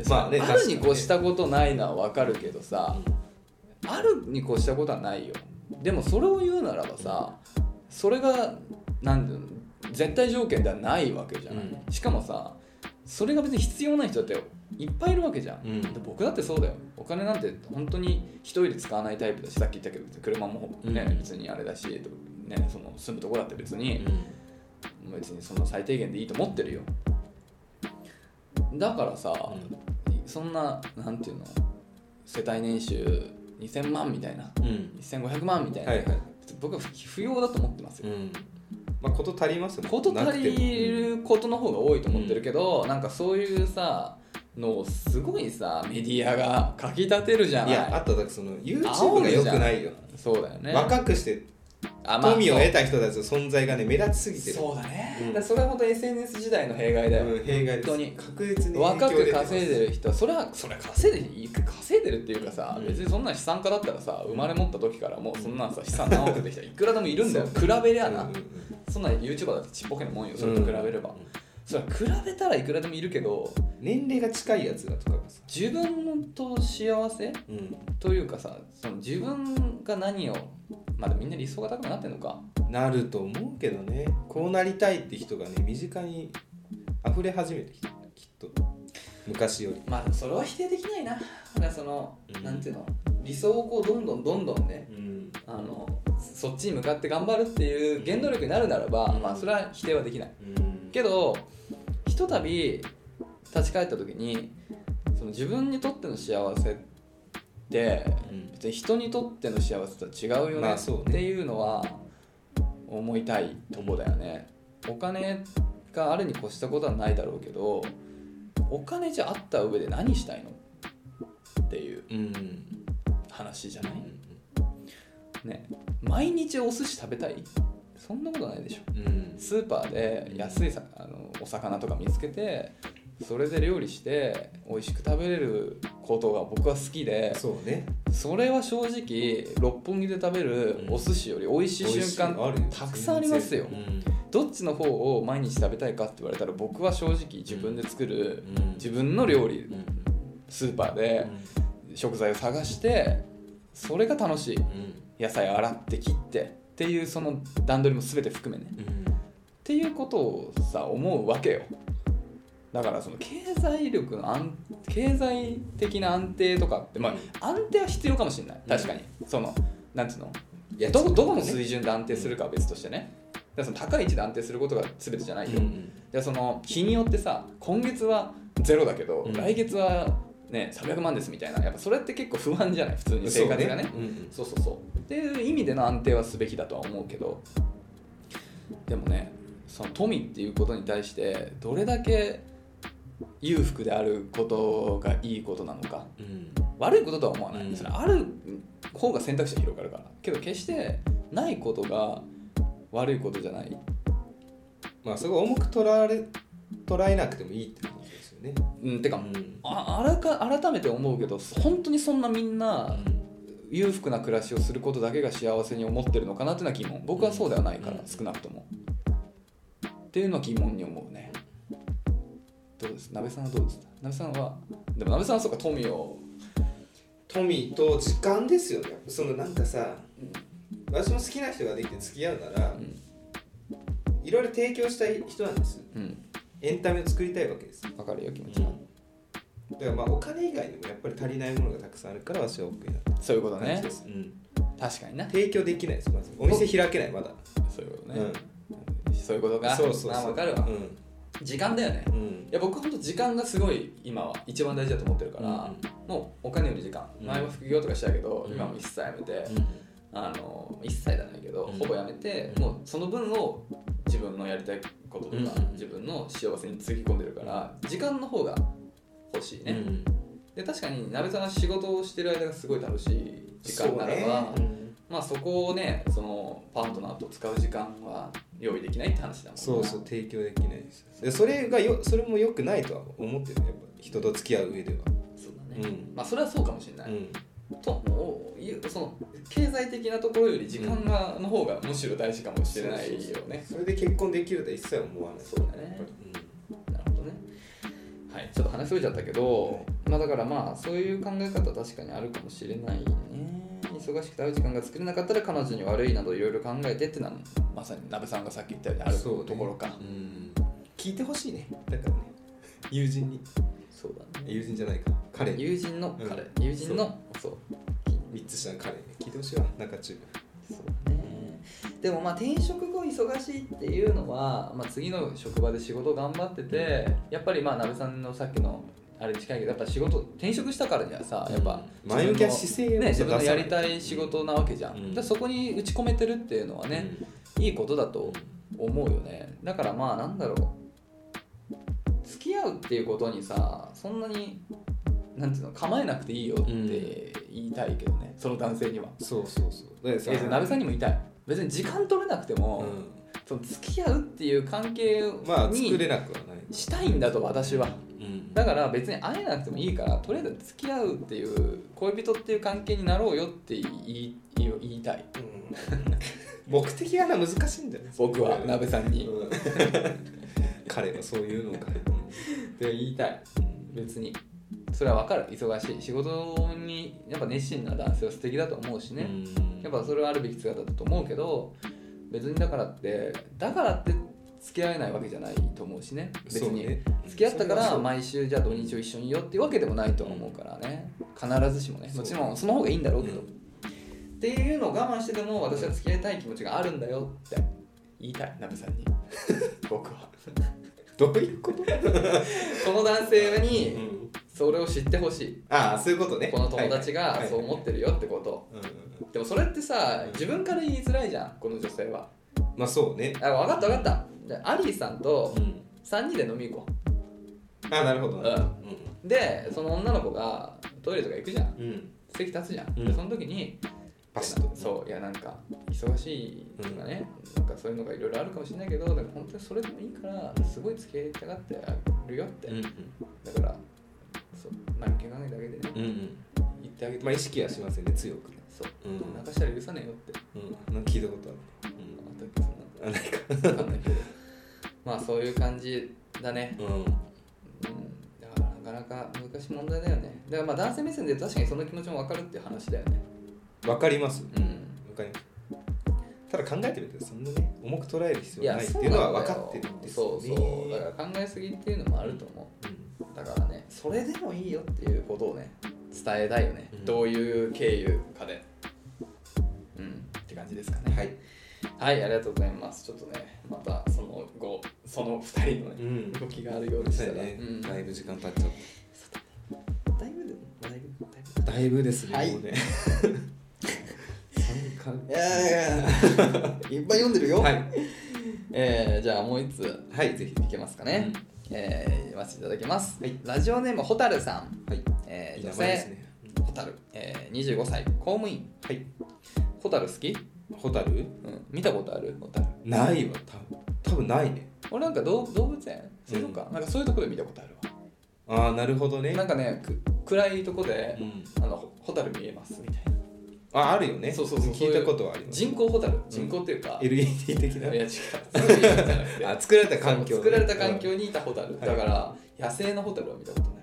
S1: まあね
S2: あるに
S1: 確
S2: 越
S1: かにね
S2: したことないのは分かるけどさ、あるに越したことはないよでもそれを言うならばさそれがなんていうの絶対条件ではないわけじゃない、、
S1: うん
S2: しかもさそれが別に必要ない人だっていっぱいいるわけじゃん、
S1: うん
S2: で僕だってそうだよお金なんて本当に一人で使わないタイプだしさっき言ったけど車もね、
S1: うん
S2: 別にあれだし、ね、その住むとこだって別に、別にその最低限でいいと思ってるよだからさ、そんななんていうの世帯年収2000万みたいな
S1: うんうん
S2: 1500万みたいな、
S1: はいはい
S2: 僕は不要だと思ってますよ、
S1: んまあこと足りますよ
S2: こと足りることの方が多いと思ってるけど、なんかそういうさのをすごいさメディアがかき立てるじゃない
S1: いやあとだからその YouTube が良くないよ
S2: そうだよね
S1: 若くして
S2: あまあ
S1: 富を得た人たちの存在がね目立ちすぎてる
S2: そうだね、
S1: うん
S2: だからそれは本当 SNS 時代の弊害だよ、
S1: うん弊害です
S2: 本当に
S1: 確実に
S2: 若く稼い
S1: る
S2: でる人それはそれは稼いでる稼いでるっていうかさ、
S1: うん
S2: 別にそんな資産家だったらさ生まれ持った時からもうそんなさ資産何億できたいくらでもいるんだよ 比べりゃな、そんな YouTuber だってちっぽけなもんよそれと比べれば、それは比べたらいくらでもいるけど
S1: 年齢が近いやつだとかがさ
S2: 自分と幸せ
S1: うん
S2: というかさその自分が何をまだみんな理想が高くなってんのか
S1: なると思うけどねこうなりたいって人がね身近に溢れ始めてきたきっと昔より
S2: まあそれは否定できないなだからその、
S1: うん
S2: なんていうの理想をこうどんどんどんどんね
S1: うん
S2: あのそっちに向かって頑張るっていう原動力になるならば、
S1: うん
S2: まあそれは否定はできない
S1: うん
S2: けどひとたび立ち返った時にその自分にとっての幸せって
S1: うん
S2: 別に人にとっての幸せとは違うよね
S1: まあ
S2: っ
S1: そうね
S2: ていうのは思いたいとこだよねお金があるに越したことはないだろうけどお金じゃあった上で何したいのっていう
S1: うん
S2: 話じゃないね毎日お寿司食べたいそんなことないでしょ
S1: うん
S2: スーパーで安いさあのお魚とか見つけてそれで料理して美味しく食べれることが僕は好きで
S1: そうね
S2: それは正直六本木で食べるお寿司より美味しい瞬間
S1: 間
S2: たくさんありますよ
S1: うん
S2: どっちの方を毎日食べたいかって言われたら僕は正直自分で作る
S1: うん
S2: 自分の料理
S1: うん
S2: スーパーで
S1: う
S2: 食材を探してそれが楽しい
S1: ん
S2: 野菜洗って切ってっていうその段取りも全て含めねっていうことをさ思うわけよだからその経済力の安経済的な安定とかってまあ安定は必要かもしれない確かに、そのなんつうの
S1: いや
S2: どこどこの水準で安定するかは別としてねだからその高い位置で安定することが全てじゃないよ、
S1: うん
S2: じゃあその日によってさ今月はゼロだけど、
S1: うん
S2: 来月はね300万ですみたいなやっぱそれって結構不安じゃない普通に生活がね
S1: そううん
S2: そうそうそうっていう意味での安定はすべきだとは思うけどでもねその富っていうことに対してどれだけ裕福であることがいいことなのか
S1: うん
S2: 悪いこととは思わない、
S1: うん
S2: それある方が選択肢が広がるからけど決してないことが悪いことじゃない
S1: まあそこ重く捉えられ捉えなくてもいいってことですよよね。
S2: うん、て
S1: う
S2: か
S1: ん
S2: ああらか改めて思うけど本当にそんなみんな裕福な暮らしをすることだけが幸せに思ってるのかなっていうのは疑問僕はそうではないから
S1: うん
S2: 少なくともっていうのは疑問に思うねどうです鍋さんはどうです鍋さんはでも鍋さんはそうか富を
S1: 富と時間ですよね。そのなんかさ、私も好きな人ができて付き合うなら
S2: う、ん
S1: いろいろ提供したい人なんです。
S2: うん
S1: エンタメを作りたいわけです。
S2: わかるよ気持ちは
S1: だからまあお金以外にもやっぱり足りないものがたくさんあるから私は OK な
S2: そういうこと
S1: 感
S2: ね
S1: じです、うん、
S2: 確かにな
S1: 提供できないですまずお店開けないまだ、
S2: そういうこと
S1: う
S2: ね、
S1: ん、
S2: そういうことか
S1: そうそう
S2: ま
S1: そ
S2: あ
S1: う
S2: わかるわ
S1: うん
S2: 時間だよね
S1: うん
S2: いや僕ほんと時間がすごい今は一番大事だと思ってるから、
S1: う
S2: もうお金より時間、
S1: うん
S2: 前は副業とかしたけど、
S1: うん
S2: 今はもう一切やめて、
S1: ん
S2: あの一切じゃないけど、
S1: うん
S2: ほぼやめて、
S1: うん
S2: もうその分を自分のやりたいこととか、
S1: うん
S2: 自分の幸せにつぎ込んでるから時間の方が欲しいね、
S1: うん
S2: で確かになべさんが仕事をしてる間がすごい楽しい時間なら
S1: そ
S2: ば、
S1: うねうん
S2: まあそこをねそのパートナーと使う時間は用意できないって話だもんな
S1: そうそう提供できないですでそれがよそれも良くないとは思ってるやっぱ人と付き合う上では
S2: そうだね、
S1: うん
S2: まあそれはそうかもしれない、
S1: うん
S2: ともういうその経済的なところより時間が、の方がむしろ大事かもしれないよね
S1: それで結婚できるとは一切思わない
S2: そうだね
S1: やっぱり
S2: なるほどねはいちょっと話それちゃったけど、
S1: はい
S2: まあだからまあそういう考え方は確かにあるかもしれないね忙しくて会う時間が作れなかったら彼女に悪いなどいろいろ考えてってのはまさに鍋さんがさっき言ったようにある
S1: そうね
S2: ところか
S1: うん聞いてほしいねだからね友人に
S2: そうだね
S1: 友人じゃないか彼に
S2: 友人の彼、
S1: うん
S2: 友人のそう
S1: 3つ下の彼に聞いてほしいわ中中
S2: そうねでもまあ転職後忙しいっていうのは、まあ、次の職場で仕事頑張っててやっぱりまあ鍋さんのさっきのあれに近いけどやっぱ仕事転職したからにはさやっぱ
S1: うん前向きな
S2: 自分
S1: 姿勢
S2: の
S1: を
S2: ね
S1: 出さ
S2: 自
S1: ない
S2: 分のやりたい仕事なわけじゃ
S1: う
S2: ん、
S1: ん
S2: だからそこに打ち込めてるっていうのはね、いいことだと思うよねだからまあなんだろう付き合うっていうことにさそんなになんていうの構えなくていいよって言いたいけどね、その男性には。
S1: そうそうそうだ
S2: えー、なべさんにも言いたい別に時間取れなくても、
S1: うん
S2: その付き合うっていう関係
S1: まあ作
S2: に
S1: れなくはない
S2: したいんだと私は
S1: うん
S2: だから別に会えなくてもいいからとりあえず付き合うっていう恋人っていう関係になろうよって言い言い言いたい
S1: 目的がな難しいんだよ
S2: 僕はなべさんに
S1: うん 彼はそういうのか
S2: で言いたい別にそれは分かる忙しい仕事にやっぱ熱心な男性は素敵だと思うしね、やっぱそれはあるべき姿だと思うけど別にだからってだからって付き合えないわけじゃないと思うしね別
S1: そう
S2: に、
S1: ね
S2: 付き合ったか
S1: それは
S2: ら
S1: そう
S2: 毎週じゃあ土日を一緒にいようっていうわけでもないとは思うからね必ずしもね
S1: そう
S2: もちろんその方がいいんだろうけど、
S1: うん
S2: っていうのを我慢してでも私は付き合いたい気持ちがあるんだよって言いたいナベさんに僕は
S1: どういうこと
S2: この男性
S1: う
S2: に
S1: ん
S2: それを知ってほしい
S1: ああそういうことね
S2: この友
S1: はい
S2: 達が
S1: はい
S2: そう思ってるよってこと、
S1: うんうん
S2: でもそれってさ
S1: うん
S2: 自分から言いづらいじゃんこの女性は
S1: まあそうね
S2: あ分かった分かったじゃあアリーさんと3人で飲み行こ
S1: あなるほどなるほど
S2: うでその女の子がトイレとか行くじゃん
S1: うんうん
S2: 席立つじゃん、
S1: うん
S2: でその時に
S1: パシッと
S2: そういやなんか忙しいとかね、なんかそういうのがいろいろあるかもしれないけどでも本当にそれでもいいからすごい付き合いたがってあるよって、
S1: うんうん
S2: だからそう何気ないだけでね
S1: うんうん
S2: 言ってあげて、
S1: まあ意識はしませんね強くね
S2: そう、
S1: うん
S2: 泣かしたら許さねえよって
S1: うんなんか聞いたことある
S2: あったっけそん
S1: う
S2: な
S1: んあないか
S2: わかんないけどまあそういう感じだね
S1: うん
S2: うんだからなかなか難しい問題だよねだからまあ男性目線で確かにその気持ちも分かるっていう話だよね
S1: わかります
S2: うん
S1: わかりますただ考えてみてそんなね重く捉える必
S2: い
S1: 要はな
S2: や
S1: いって
S2: そう
S1: いうのは
S2: なん
S1: 分
S2: だ
S1: か
S2: よ
S1: ってるんです
S2: そうそうだ
S1: だ
S2: から考えすぎっていうのもあると思うだからねそれでもいいよっていうことをね伝えたいよね、
S1: うん
S2: どういう経由かでうんって感じですかね
S1: はい、
S2: はいありがとうございますちょっとねまたその後その2人の
S1: う
S2: ね
S1: ん、
S2: 動きがあるようでし
S1: そ
S2: た
S1: う
S2: ら、
S1: だね、
S2: うんだ
S1: だ
S2: い
S1: いぶ時間経っちゃっ
S2: ぶだいぶだいぶだいぶ
S1: ただいぶですね、
S2: はい
S1: もうね三
S2: いやいやいやいっぱい読んでるよ、
S1: 回はい、
S2: えーじゃあもう一つ
S1: はい、ぜひ
S2: いけますかね、えー読ませていただきます、
S1: はい
S2: ラジオネームホタルさん、
S1: はい、
S2: え
S1: いい
S2: ー女
S1: 名前です
S2: 性
S1: ね
S2: ホタル、えー、25歳公務員
S1: はい、
S2: ホタル好き、
S1: ホタル
S2: うん、見たことあるホタル
S1: ないわ、多分多分ないね
S2: 俺なんか動動物園水族館、なんかそういうところで見たことあるわ
S1: ああなるほどね
S2: なんかねく暗いとこで
S1: うん、
S2: あのホホタル見えますみたいな
S1: ああるよね
S2: そうそうそう
S1: 聞いたことはあります
S2: 人工ホタル人工っていうか、い
S1: LED 的
S2: や
S1: な
S2: 違うそういう意味じゃなくて
S1: あ作られた環境
S2: そう作られた環境
S1: うん
S2: にいたホタル、
S1: い
S2: だから野生のホタルは見たことない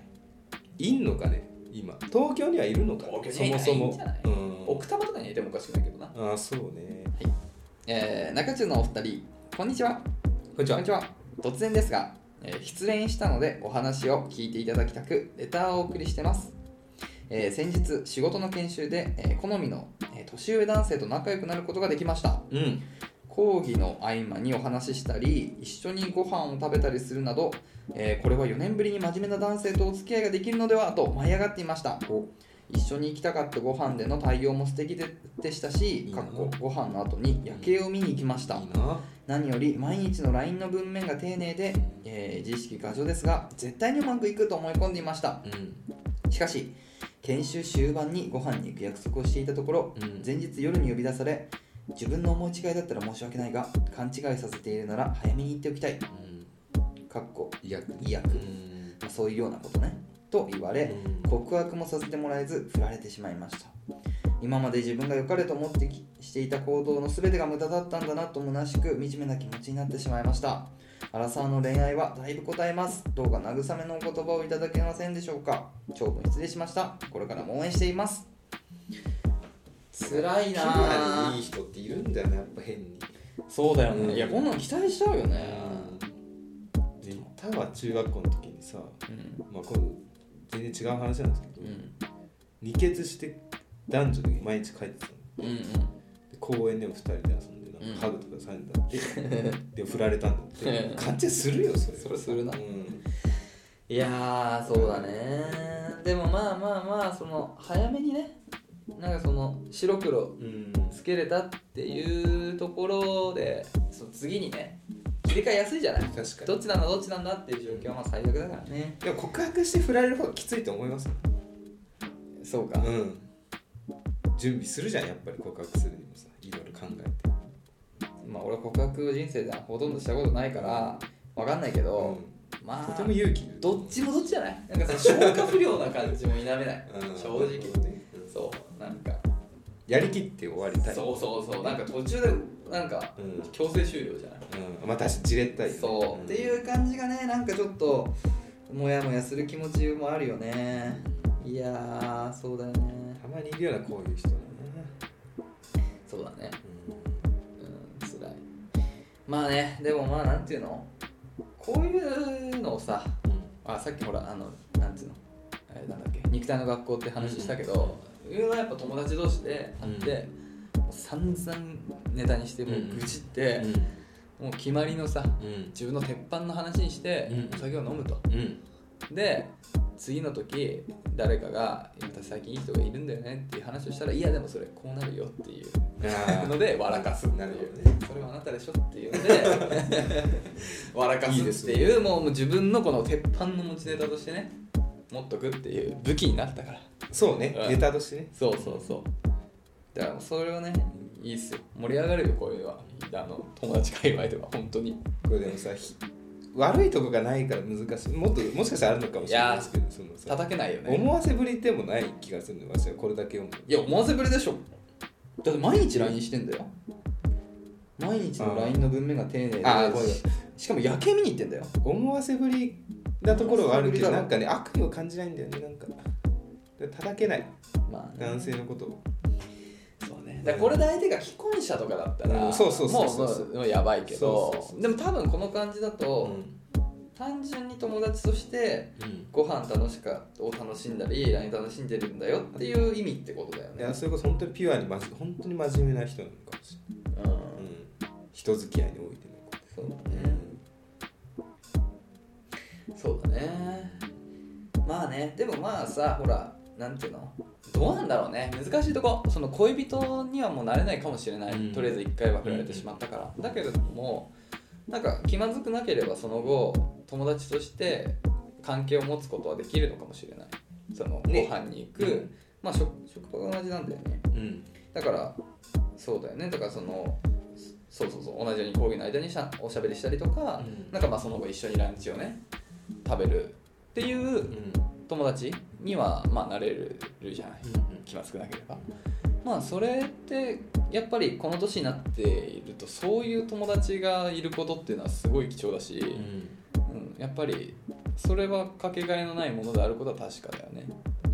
S1: いんのかね今東京にはいるのか
S2: 東
S1: そ
S2: 京に
S1: も
S2: は
S1: そ
S2: いないん
S1: も
S2: じゃない
S1: うん
S2: 奥多摩とかにいてもおかしくないけどな、
S1: ああそうね
S2: えー、中中のお二人こんにちは
S1: こんにち
S2: こん
S1: は
S2: にちは突然ですが、えー失恋したのでお話を聞いていただきたくレターをお送りしてます、えー先日仕事の研修で、えー好みの、えー年上男性と仲良くなることができました
S1: うん
S2: 講義の合間にお話ししたり一緒にご飯を食べたりするなど、えーこれは4年ぶりに真面目な男性とお付き合いができるのではと舞い上がっていました
S1: お
S2: 一緒に行きたかったご飯での対応も素敵ででしたし
S1: いい
S2: か
S1: な
S2: っこご飯の後に夜景を見に行きました
S1: いいな
S2: 何より毎日の LINE の文面が丁寧で、えー、自意識過剰ですが絶対にうまくいくと思い込んでいました
S1: うん
S2: しかし研修終盤にご飯に行く約束をしていたところ
S1: うん
S2: 前日夜に呼び出され自分の思い違いだったら申し訳ないが勘違いさせているなら早めに言っておきたい
S1: うん
S2: かっこ
S1: いやう
S2: いい役、ま
S1: ん
S2: あそういうようなことねと言われ、告白もさせてもらえず振られてしまいました今まで自分が良かれと思ってきしていた行動の全てが無駄だったんだなと虚しく惨めな気持ちになってしまいましたアラサーの恋愛はだいぶ答えますどうか慰めのお言葉をいただけませんでしょうか長文失礼しましたこれからも応援しています辛いな
S1: キラにいい
S2: ぁ
S1: 人っているんだよねやっぱ変に
S2: そうだ
S1: よね
S2: いやこんなの期待しちゃうよね
S1: でいたわ中学校の時にさ
S2: うん
S1: まあこれ全然違う話なんですけど、
S2: うん
S1: 二血して男女で毎日帰ってたの
S2: うんうん
S1: で公園でも2人で遊んでなんかハグとかされたって、 で振られたんだって
S2: ええ
S1: 勘違いするよそれ
S2: それするな
S1: うん
S2: いやーそうだねでもまあまあまあその早めにねなんかその白黒
S1: うん
S2: つけれたっていうところでその次にね切り替えやすいじゃない
S1: 確か
S2: ど
S1: に
S2: っちなんだどっちなんだっていう状況はまあ最悪だからね
S1: でも告白して振られる方がきついと思いますよ
S2: そうか
S1: うん準備するじゃんやっぱり告白するにもさいろいろ考えて
S2: まあ俺は告白を人生ではほとんどしたことないからわかんないけど、ま
S1: うん
S2: あ
S1: とても勇気いる
S2: どっちもどっちじゃないなんかその消化不良な感じも否めない
S1: うん
S2: 正直
S1: ねうん
S2: そうなんか
S1: やりきって終わりたい
S2: そうそうそうなんか途中でなんか
S1: うん
S2: 強制終了じゃない
S1: うん、まあ確かにじれったいよね
S2: そう、
S1: ん
S2: っていう感じがねなんかちょっとモヤモヤする気持ちもあるよねいやーそうだよね
S1: たまにいるようなこういう人だね、
S2: そうだね
S1: う
S2: うん辛いまあねでもまあなんていうのこういうのをさ
S1: ん
S2: あさっきほらあのなんていうのあれなんだっけ肉体の学校って話したけど、いうのはやっぱ友達同士で会って、もう散々ネタにしてもう愚痴って、もう決まりのさ
S1: うん
S2: 自分の鉄板の話にして、
S1: うん
S2: お酒を飲むと、
S1: うん
S2: で次の時誰かが「いや私最近いい人がいるんだよね」っていう話をしたら「いやでもそれこうなるよ」っていうので笑かすっていう
S1: なるほどね
S2: それはあなたでしょっていうので笑かすっていうもうもう自分のこの鉄板の持ちネタとしてね持っとくっていう武器になったから
S1: そうね、
S2: うん
S1: ネタとしてね
S2: そうそうそうだからもうそれはねいいっすよ盛り上がるよこういうのはあの友達界隈では本当に
S1: これでもさひ悪いとこがないから難しいもっともしかしたらあるのかもしれないですけどそのさ
S2: 叩けないよね
S1: 思わせぶりでもない気がするの私はこれだけ読むと
S2: いや思わせぶりでしょだって毎日 LINE してんだよ毎日の LINE の文面が丁寧で
S1: あーごめん
S2: ししかも夜景見に行ってんだよ
S1: 思わせぶりなところはあるけど
S2: 思
S1: な
S2: わせ
S1: んかね悪意を感じないんだよねなんかで叩けない
S2: まあ、ね、
S1: 男性のことを
S2: そうねだからこれで相手が既婚者とかだったら、
S1: うんそうそうそうそう
S2: もももうやばいけど
S1: そうそうそう
S2: でも多分この感じだと、
S1: ん
S2: 単純に友達としてご飯楽しかを楽しんだり LINE 楽しんでるんだよっていう意味ってことだよ
S1: い
S2: ね
S1: やそれこそ本当にピュアにまじ本当に真面目な人なのかもし
S2: うん
S1: れない、うん、人付き合いにおいてのこ
S2: そう
S1: と
S2: だね、そうだねまあねでもまあさほらなんていうのどうなんだろうね難しいとこその恋人にはもうなれないかもしれない、
S1: うん
S2: とりあえず一回は振られてしまったから、だけれどもなんか気まずくなければその後友達として関係を持つことはできるのかもしれないそのご
S1: ね
S2: 飯に行く、まあ職職場が同じなんだよね
S1: うん
S2: だからそうだよねだからそのそうそうそう同じように講義の間にしゃおしゃべりしたりとか、
S1: うん
S2: なんかまあその後一緒にランチをね食べるっていう
S1: うん
S2: 友達にはまあなれるじゃない気が少なければまあそれってやっぱりこの年になっているとそういう友達がいることっていうのはすごい貴重だし、
S1: うんうん
S2: うん、やっぱりそれはかけがえのないものであることは確かだよね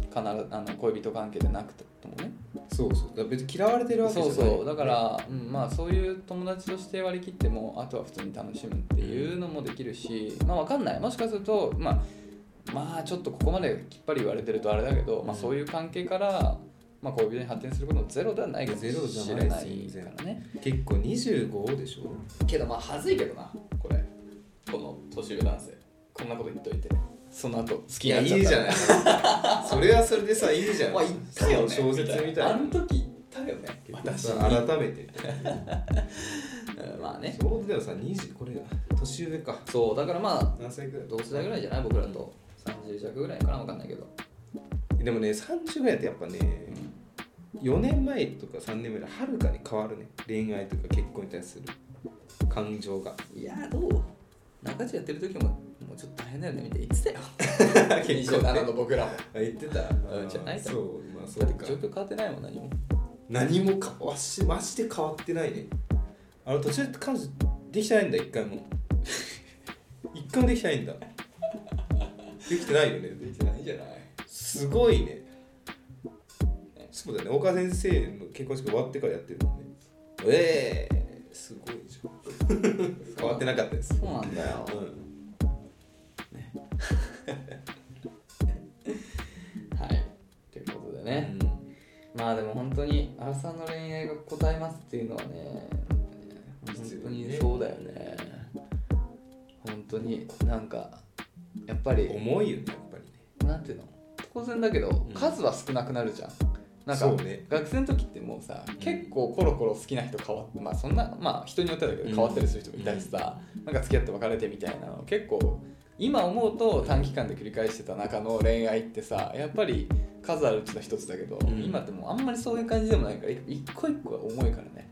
S2: 必ずあの恋人関係でなくてもね
S1: そうそうだから別に嫌われてるわけじゃ
S2: そ
S1: な
S2: う
S1: い
S2: そうだから、うん、まあそういう友達として割り切ってもあとは普通に楽しむっていうのもできるしまあわかんないもしかするとまあまあちょっとここまできっぱり言われてるとあれだけど、まあ、そういう関係から、まあ、恋人に発展することもゼロではないかもしれ
S1: ゼロじゃない
S2: ないか
S1: 全然
S2: らね
S1: 結構25でしょ
S2: けどまあ恥ずいけどなこれこの年上男性こんなこと言っといてその後好き
S1: い
S2: にな
S1: や
S2: っ
S1: いい
S2: ちゃった
S1: じゃないそれはそれでさいいじゃん、
S2: まあ言ったよね
S1: 小説みたい
S2: あ
S1: な
S2: の時言ったよね私
S1: さ
S2: に
S1: 改めて
S2: うんまあね
S1: ちょうどでもさ20これ年上か
S2: そうだからまあ
S1: 何歳ぐらい
S2: 同世代ぐらいじゃない僕らと30弱ぐらいかな分かんないけど、
S1: でもね30ぐらいってやっぱね4年前とか3年前よりはるかに変わるね恋愛とか結婚に対する感情 が
S2: いやどう中地やってる時ももうちょっと大変だよねみたいな言ってたよ
S1: 結構ね
S2: の僕らも
S1: あ言ってた
S2: うんじゃない
S1: そうまあそ
S2: だ
S1: う
S2: って
S1: か
S2: 状況変わってないもん何も
S1: 何もかわしマジで変わってないねあの途中で彼女できてないんだ一回 も一回もできてないんだできてないよね
S2: できてないじゃない
S1: すごいねそうだよね岡先生の結婚式終わってからやってるもんねええすごいじゃん変わってなかったです
S2: そうなんだよ、
S1: うん
S2: はいということでね、まあでも本当に原さんの恋愛が答えますっていうのはね本当にそうだよね本当になんかやっぱり
S1: うん重いよねやっぱりね
S2: なんていうの当然だけど、
S1: ん
S2: 数は少なくなるじゃんなん
S1: そう
S2: か、
S1: ね
S2: 学生の時ってもうさ、
S1: ん
S2: 結構コロコロ好きな人変わってまあそんなまあ人によってはだけど変わったりする人もいたりさ、なんか付き合って別れてみたいなの結構今思うと短期間で繰り返してた中の恋愛ってさやっぱり数あるうちの一つだけど、
S1: うん
S2: 今ってもうあんまりそういう感じでもないからい一個一個は重いからね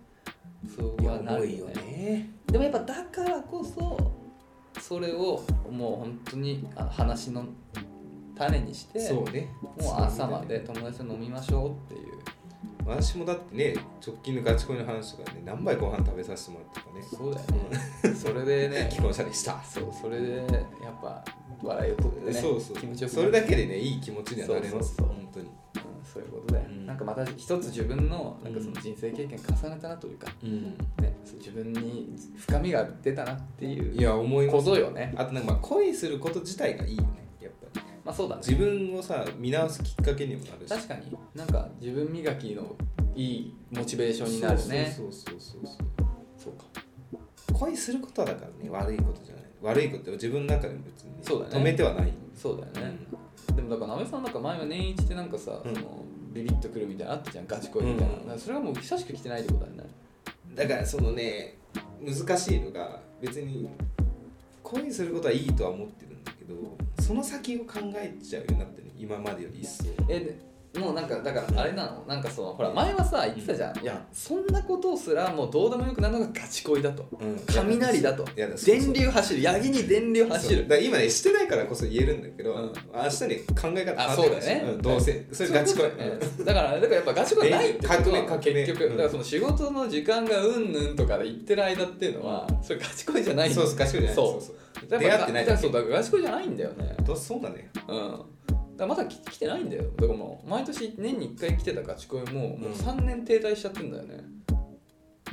S2: そうはなるよね
S1: ね
S2: でもやっぱだからこそそれをもう本当にあの話の種にして
S1: そうね
S2: もう朝まで友達と飲みましょうっていう
S1: 私もだってね直近のガチ恋の話とかね何杯ご飯食べさせてもらったとかね
S2: そうだよねそれでね
S1: 既婚者でした
S2: そうそれでやっぱ笑いを取ってね
S1: そうそう
S2: 気持ちよく
S1: それだけでねいい気持ちにはなれます
S2: そうそうそう
S1: 本当に
S2: うんそういうことで、
S1: うん
S2: なんかまた一つ自分のなんかその
S1: うん
S2: 人生経験重ねたなというか、
S1: うん
S2: ね、そう自分に深みが出たなっていう
S1: いや思いま
S2: こ
S1: す
S2: ぞよね
S1: あとなんかまあ恋すること自体がいいよねやっぱり
S2: まあそうだね
S1: 自分をさ見直すきっかけにもなるし
S2: 確かになんか自分磨きのいいモチベーションになるね
S1: そうそうそうそうそう
S2: そうか
S1: 恋することはだからね悪いことじゃない悪いことを自分の中でも別に、
S2: そうだね
S1: 止めてはない
S2: そうだよね、でもだから安倍さんなんか前は年一でなんかさ、
S1: うん
S2: そのビビッとくるみたいなのあったじゃんガチ恋みたいな、
S1: うん
S2: だからそれはもう久しく来てないってことだよね
S1: だからそのね難しいのが別に恋することはいいとは思ってるんだけどその先を考えちゃうようになってる今までより一層
S2: えでもうなんかだからあれなのなんかそのほら前はさ言ってたじゃん、いやそんなことすらもうどうでもよくなるのがガチ恋だと、
S1: うん
S2: 雷だと
S1: いやだそうそう
S2: 電流走るヤギに電流走
S1: そう
S2: る
S1: だから今ねしてないからこそ言えるんだけど、
S2: うん
S1: 明日に考え方変
S2: あ
S1: わってる
S2: そうだよね
S1: んどうせそれガチ恋、
S2: そういうことだよねだからだからやっぱガチ恋ないって
S1: え
S2: ことは
S1: 革命革命
S2: 結局
S1: うん
S2: だからその仕事の時間がうんぬんとかで言ってる間っていうのはそれガチ恋じゃないんだ
S1: そうそうガチ恋じゃない
S2: そう
S1: そう
S2: だか
S1: 出
S2: ら
S1: 会ってない
S2: だからそうだからガチ恋じゃないんだよね
S1: どうせそうだね
S2: うんだからまだ来来てないんだよだからもう毎年年に1回来てたガチ恋ももう3年停滞しちゃってんだよね、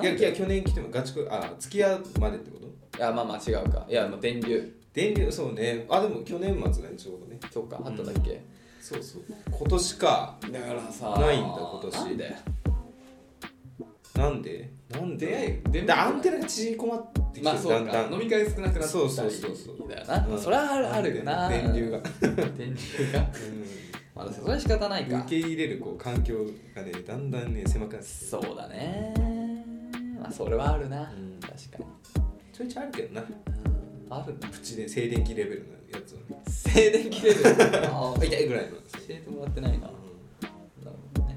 S1: いやいや去年来てもガチ恋あ付き合うまでってこと
S2: いやまあまあ違うかいやもう電流
S1: 電流そうねあでも去年末だねちょうどね
S2: そうかあっただっけ、
S1: そうそう今年か
S2: だからさ
S1: ないんだ今年
S2: なんで
S1: なんでなんで
S2: 出会い出会い
S1: だアンテナが縮こまってきてる、
S2: まあそう
S1: だ
S2: か
S1: んだ
S2: 飲
S1: ん
S2: み会少なくなったり
S1: そうそうそうそう
S2: だよな、
S1: うん
S2: それはあるあるよな
S1: 電流が
S2: 電流がまあそれは仕方ない
S1: うん
S2: か
S1: 受け入れるこう環境がねだんだんね狭くなってきて
S2: そうだねまあそれはあるな、
S1: うん
S2: 確かに、
S1: ちょいちょいあるけどな
S2: うん、あるんだ
S1: プチで静電気レベルのやつをね
S2: 静電気レ ベルああ
S1: 痛いぐらいのやつ
S2: 教えてもらってないなな
S1: うん
S2: るほどね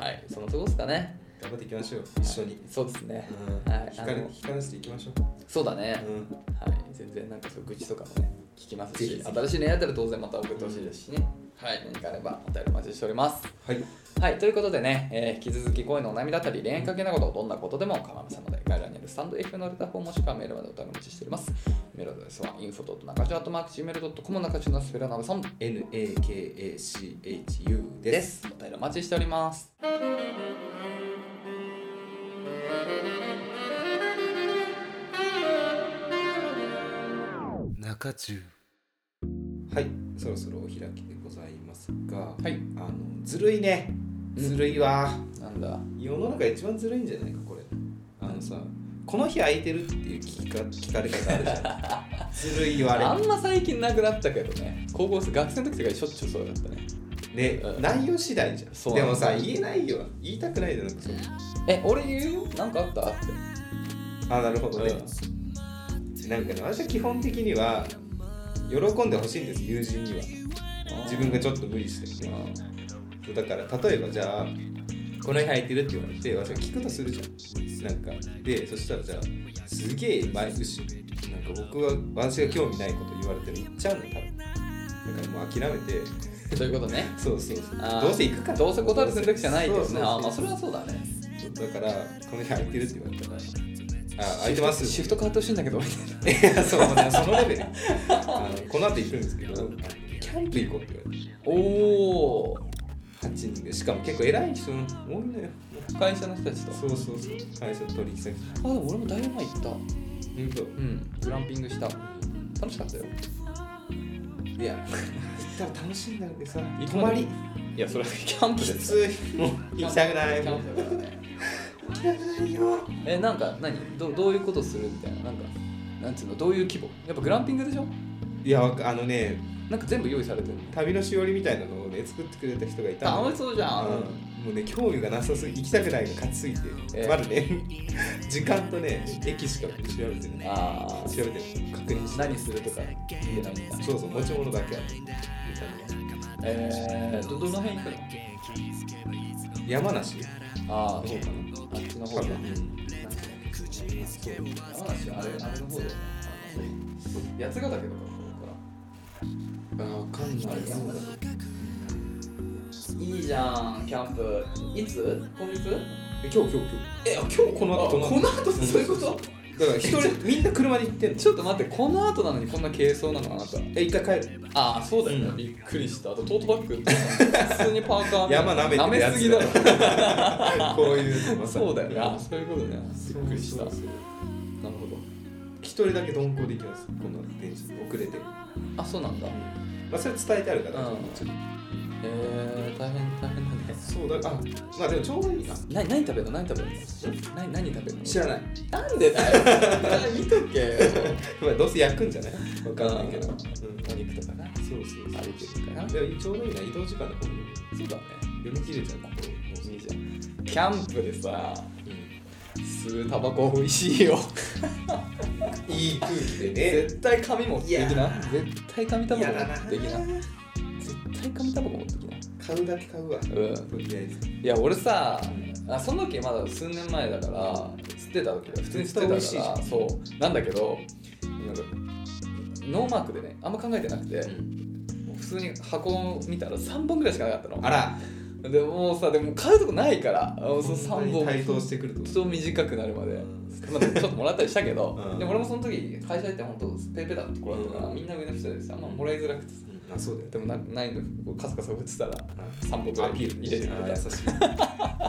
S2: はいそのとこですかね
S1: 頑張っていきましょう一緒に
S2: そうですね、
S1: うん
S2: はいあ
S1: 光
S2: の
S1: 光らせていきましょ
S2: そうだね、
S1: ううん
S2: はい全然なんかそう愚痴とかもね聞きます
S1: ぜ
S2: し
S1: ひぜひ
S2: 新しい恋愛だったら当然また送ってほしいですしね、
S3: はい
S2: 何かあればお便りお待ちしております
S1: はい
S2: はいということでね、えー引き続き恋のお悩みだったり恋愛関係なことどんなことでも構いませんので概要欄にあるスタンド F のレターフォームもしくはメールまでお便りお待ちしておりますメールアドレスは info.nakachu.gmail.com 中中のスペラナブさん
S1: NAKACHU
S2: で
S1: です
S2: すお便りお待ちしております
S1: 中中はいそろそろお開きでございますが、
S2: はい
S1: あのずるいねずるいわ、
S2: なんだ
S1: 世の中一番ずるいんじゃないかこれあのさ「この日空いてる?」っていう聞か聞かれ方あるじゃんずるいよあれ
S2: あんま最近なくなったけどね高校生学生の時とかしょっちゅうそうだったね
S1: ね、
S2: うん
S1: 内容次第じゃん
S2: そう
S1: でもさ言えないよ言いたくないじゃなくて
S2: え俺言うよなんかあったって
S1: あなるほどね、なんかね私は基本的には喜んでほしいんです友人には自分がちょっと無理してるねだから例えばじゃあこの日空いてるって言われて私は聞くとするじゃんなんかでそしたらじゃあすげえ前後なんか僕は私が興味ないこと言われても言っちゃうの多分だからもう諦めて
S2: うんそういうことね
S1: そうそうそう
S2: あー
S1: どうせ行くから
S2: どうせ断る選択肢じゃないで
S1: そう
S2: す
S1: そう
S2: ね
S1: そう
S2: あーまあそれはそうだね
S1: だからこの日空いてるって言われたらあ空いてます
S2: シフトシフト変わってほしいんだ けどみたいない
S1: や そうねそのレベ ルあのこの後行くんですけどキャンプ行こうって言われて
S2: おお
S1: 8人でしかも結構偉い人多いのよ
S2: 会社の人たちと
S1: そうそうそう会社の取引先
S2: あでも俺もだいぶ前行った
S1: 本
S2: うんグランピングした楽しかったよ
S1: 当いや多分楽しいんだけどさ
S2: 行く
S1: 泊まり
S2: いやそれは キャンプ
S1: き
S2: です
S1: ついもう行きたくない
S2: キャ
S1: 行
S2: ンプだからね
S1: きたくないよ
S2: えなんか何どうどういうことするみたいななんかなんつうのどういう規模やっぱグランピングでしょ
S1: いやわかあのね
S2: なんか全部用意されてる
S1: 旅のしおりみたいなのをね作ってくれた人がいたの
S2: 楽しそうじゃん、
S1: うんもうね興味がなさすぎ行きたくないが勝ちすぎて、
S2: ええ
S1: まだね時間とね駅しか調べてない
S2: ああ
S1: 調べてない確認してない
S2: 何するとか言えないんだ
S1: そうそう持ち物だけある
S2: えー、どどの辺行く
S1: 山梨
S2: のああ
S1: そうかな
S2: あっちの方
S1: 多
S2: で
S1: 分
S2: 山梨あれあれの方で八ヶ岳とかの方か
S1: あ
S2: ら
S1: 分かんない山だ
S2: いいじゃん、キャンプ。いつ今月
S1: え今日今日
S2: え、今日
S1: この後
S2: この後
S1: うん
S2: そういうこ
S1: 今
S2: と
S1: 日だから一人みんな車で行ってんの
S2: ちょっと待って、この後なのにこんな軽装なのあなた。
S1: え一回帰る
S2: ああ、そうだよね、
S1: うん
S2: びっくりした。あとトートバッグ。普通にパーカー。
S1: 山舐めてるやつ
S2: 舐めすぎだろ。
S1: こういうのまさに
S2: そうだよね。あそういうことね。び
S1: そ
S2: っ
S1: う
S2: くりした。
S1: そ
S2: な
S1: う
S2: る
S1: そう
S2: ほ
S1: 一人だけ鈍行で行きますこの電車遅れてま
S2: ど。あ、そうなんだ。へ
S1: あそれ伝えてあるから
S2: うんえー、大変、大変だね。
S1: そうだあまあでもちょうどいいな
S2: な何食べるの何食べるの何何食べるの
S1: 知らない
S2: なんでだよあ見とけよ
S1: まあどうせ焼くんじゃないわかんないけど、
S2: う
S1: うんん、そう
S2: お肉とかな
S1: そう
S2: 歩いてるから
S1: そうでもちょうどいいな移動時間の方に
S2: そうだね
S1: 読み切れちゃうここ
S2: いいじゃんキャンプでさ
S1: う
S2: 吸うタバコ美味しいよ
S1: んいい空気でね
S2: 絶対紙持って
S1: い
S2: きな
S1: や
S2: 絶対紙タバコ持ってきな
S1: 嫌
S2: 絶対紙タバコ持ってきな
S1: 買うだけ買うわ
S2: うん
S1: とりあえず
S2: いや俺さあその時まだ数年前だから吸ってた時は普通に吸ってた
S1: 絶対
S2: か
S1: 美
S2: ら
S1: 味しいじゃん
S2: そうなんだけどなんかノーマークでねあんま考えてなくて、もう普通に箱を見たら3本ぐらいしかなかったの
S1: あら
S2: でもうさでも買うとこないからあのその3本
S1: 対等してくると
S2: そう短くなるまで、
S1: うん
S2: まあ、ちょっともらったりしたけど、
S1: うん
S2: でも俺もその時会社行って本当ペーペーだってこうだったから、
S1: うん
S2: みんな上の人でさ、あんまもらいづらくてさ
S1: うんあそうだよ
S2: でもなないのこうカサカサ振ってたら3本ぐら
S1: ア
S2: い
S1: ピ
S2: 入
S1: ー
S2: れ
S1: ル
S2: て
S1: ね
S2: くれ
S1: あー
S2: た
S1: 優
S2: い
S1: し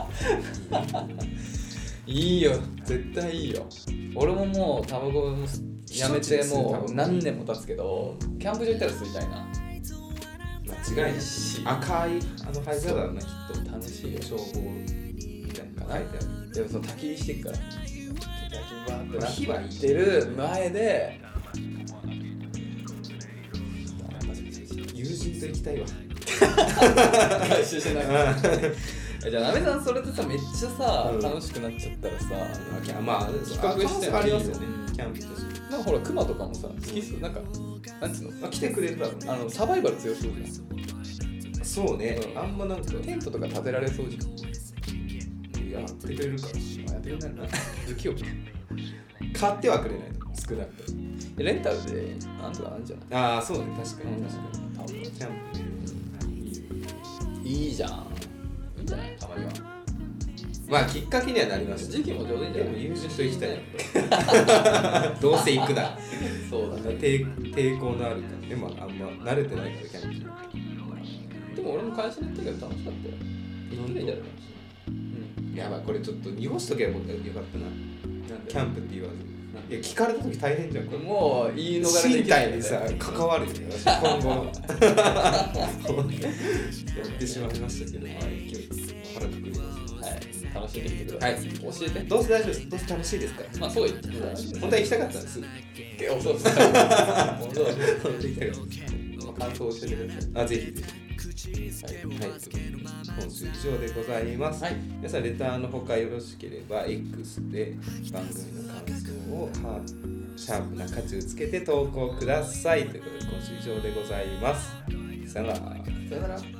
S1: い
S2: いよ絶対いいよ俺ももうタバコもやめ
S1: 一口
S2: て
S1: です
S2: も
S1: タバ
S2: う
S1: コ
S2: 何年も経つけどキャンプ場行ったら吸いたいな
S1: 間違いない
S2: し
S1: 赤いあの灰皿だなきっと
S2: 楽しいよ
S1: 消防みたいなのが書いてある
S2: でもその焚き火してっから焚き火バーってな
S1: 火はい
S2: っ
S1: い
S2: てる前で
S1: 友人と行きたいわ
S2: 回収しながらじゃあなめさんそれでさめっちゃさ、
S1: うん
S2: 楽しくなっちゃったらさ
S1: あキャンまあ
S2: 比較しても
S1: あ
S2: いい
S1: り
S2: よ
S1: ますよねキャンプとして
S2: なんかほらクマとかもさ好きっすなんかなんつうの
S1: まあ来てくれるだろうね
S2: あのサバイバル強そうじ
S1: そうね
S2: うん
S1: あんまなんか
S2: ゃんテントとか建てられそうじ
S1: やってくれるか
S2: ゃんあやってくれないな不器用か
S1: 買ってはくれないと少なくとも
S2: いでレンタルでなんとかなんじゃない
S1: ああそうね確かに確か
S2: 多分
S1: にキャンプ
S2: いいじゃんいいんじゃないたまには
S1: まあきっかけにはなりました
S2: 時期もちょうどいいんじゃない
S1: でも友人と行きたい どうせ行くなら
S2: そうだね
S1: 抵抵抗のあるからでもあんま慣れてないからキャンプ
S2: でも俺も会社で行ったけど楽しかったよ行ってないじゃないうん
S1: やばいこれちょっと濁しとけばよかったな
S2: なんで
S1: キャンプって言わずいや聞かれた時大変じゃんこれ
S2: もう言い逃れで
S1: 身
S2: きない
S1: 体にさ関わるよね今後のやってしまいましたけど、はい、腹くくります
S2: はい楽しんでみてください、
S1: はい
S2: 教えて
S1: どうせ大丈夫ですどうせ楽しいですから
S2: まあそう言ってください
S1: 本当は行きたかったんです
S2: おそうそう本当
S1: 本当は行きたかった
S2: 感想を教えてください
S1: あぜひぜひはい、はい、今週以上でございます、
S2: はい
S1: 皆さんレターのほかよろしければ X で番組の感想をハーシャープな価値をつけて投稿くださいということで今週以上でございますさよなら
S2: さよなら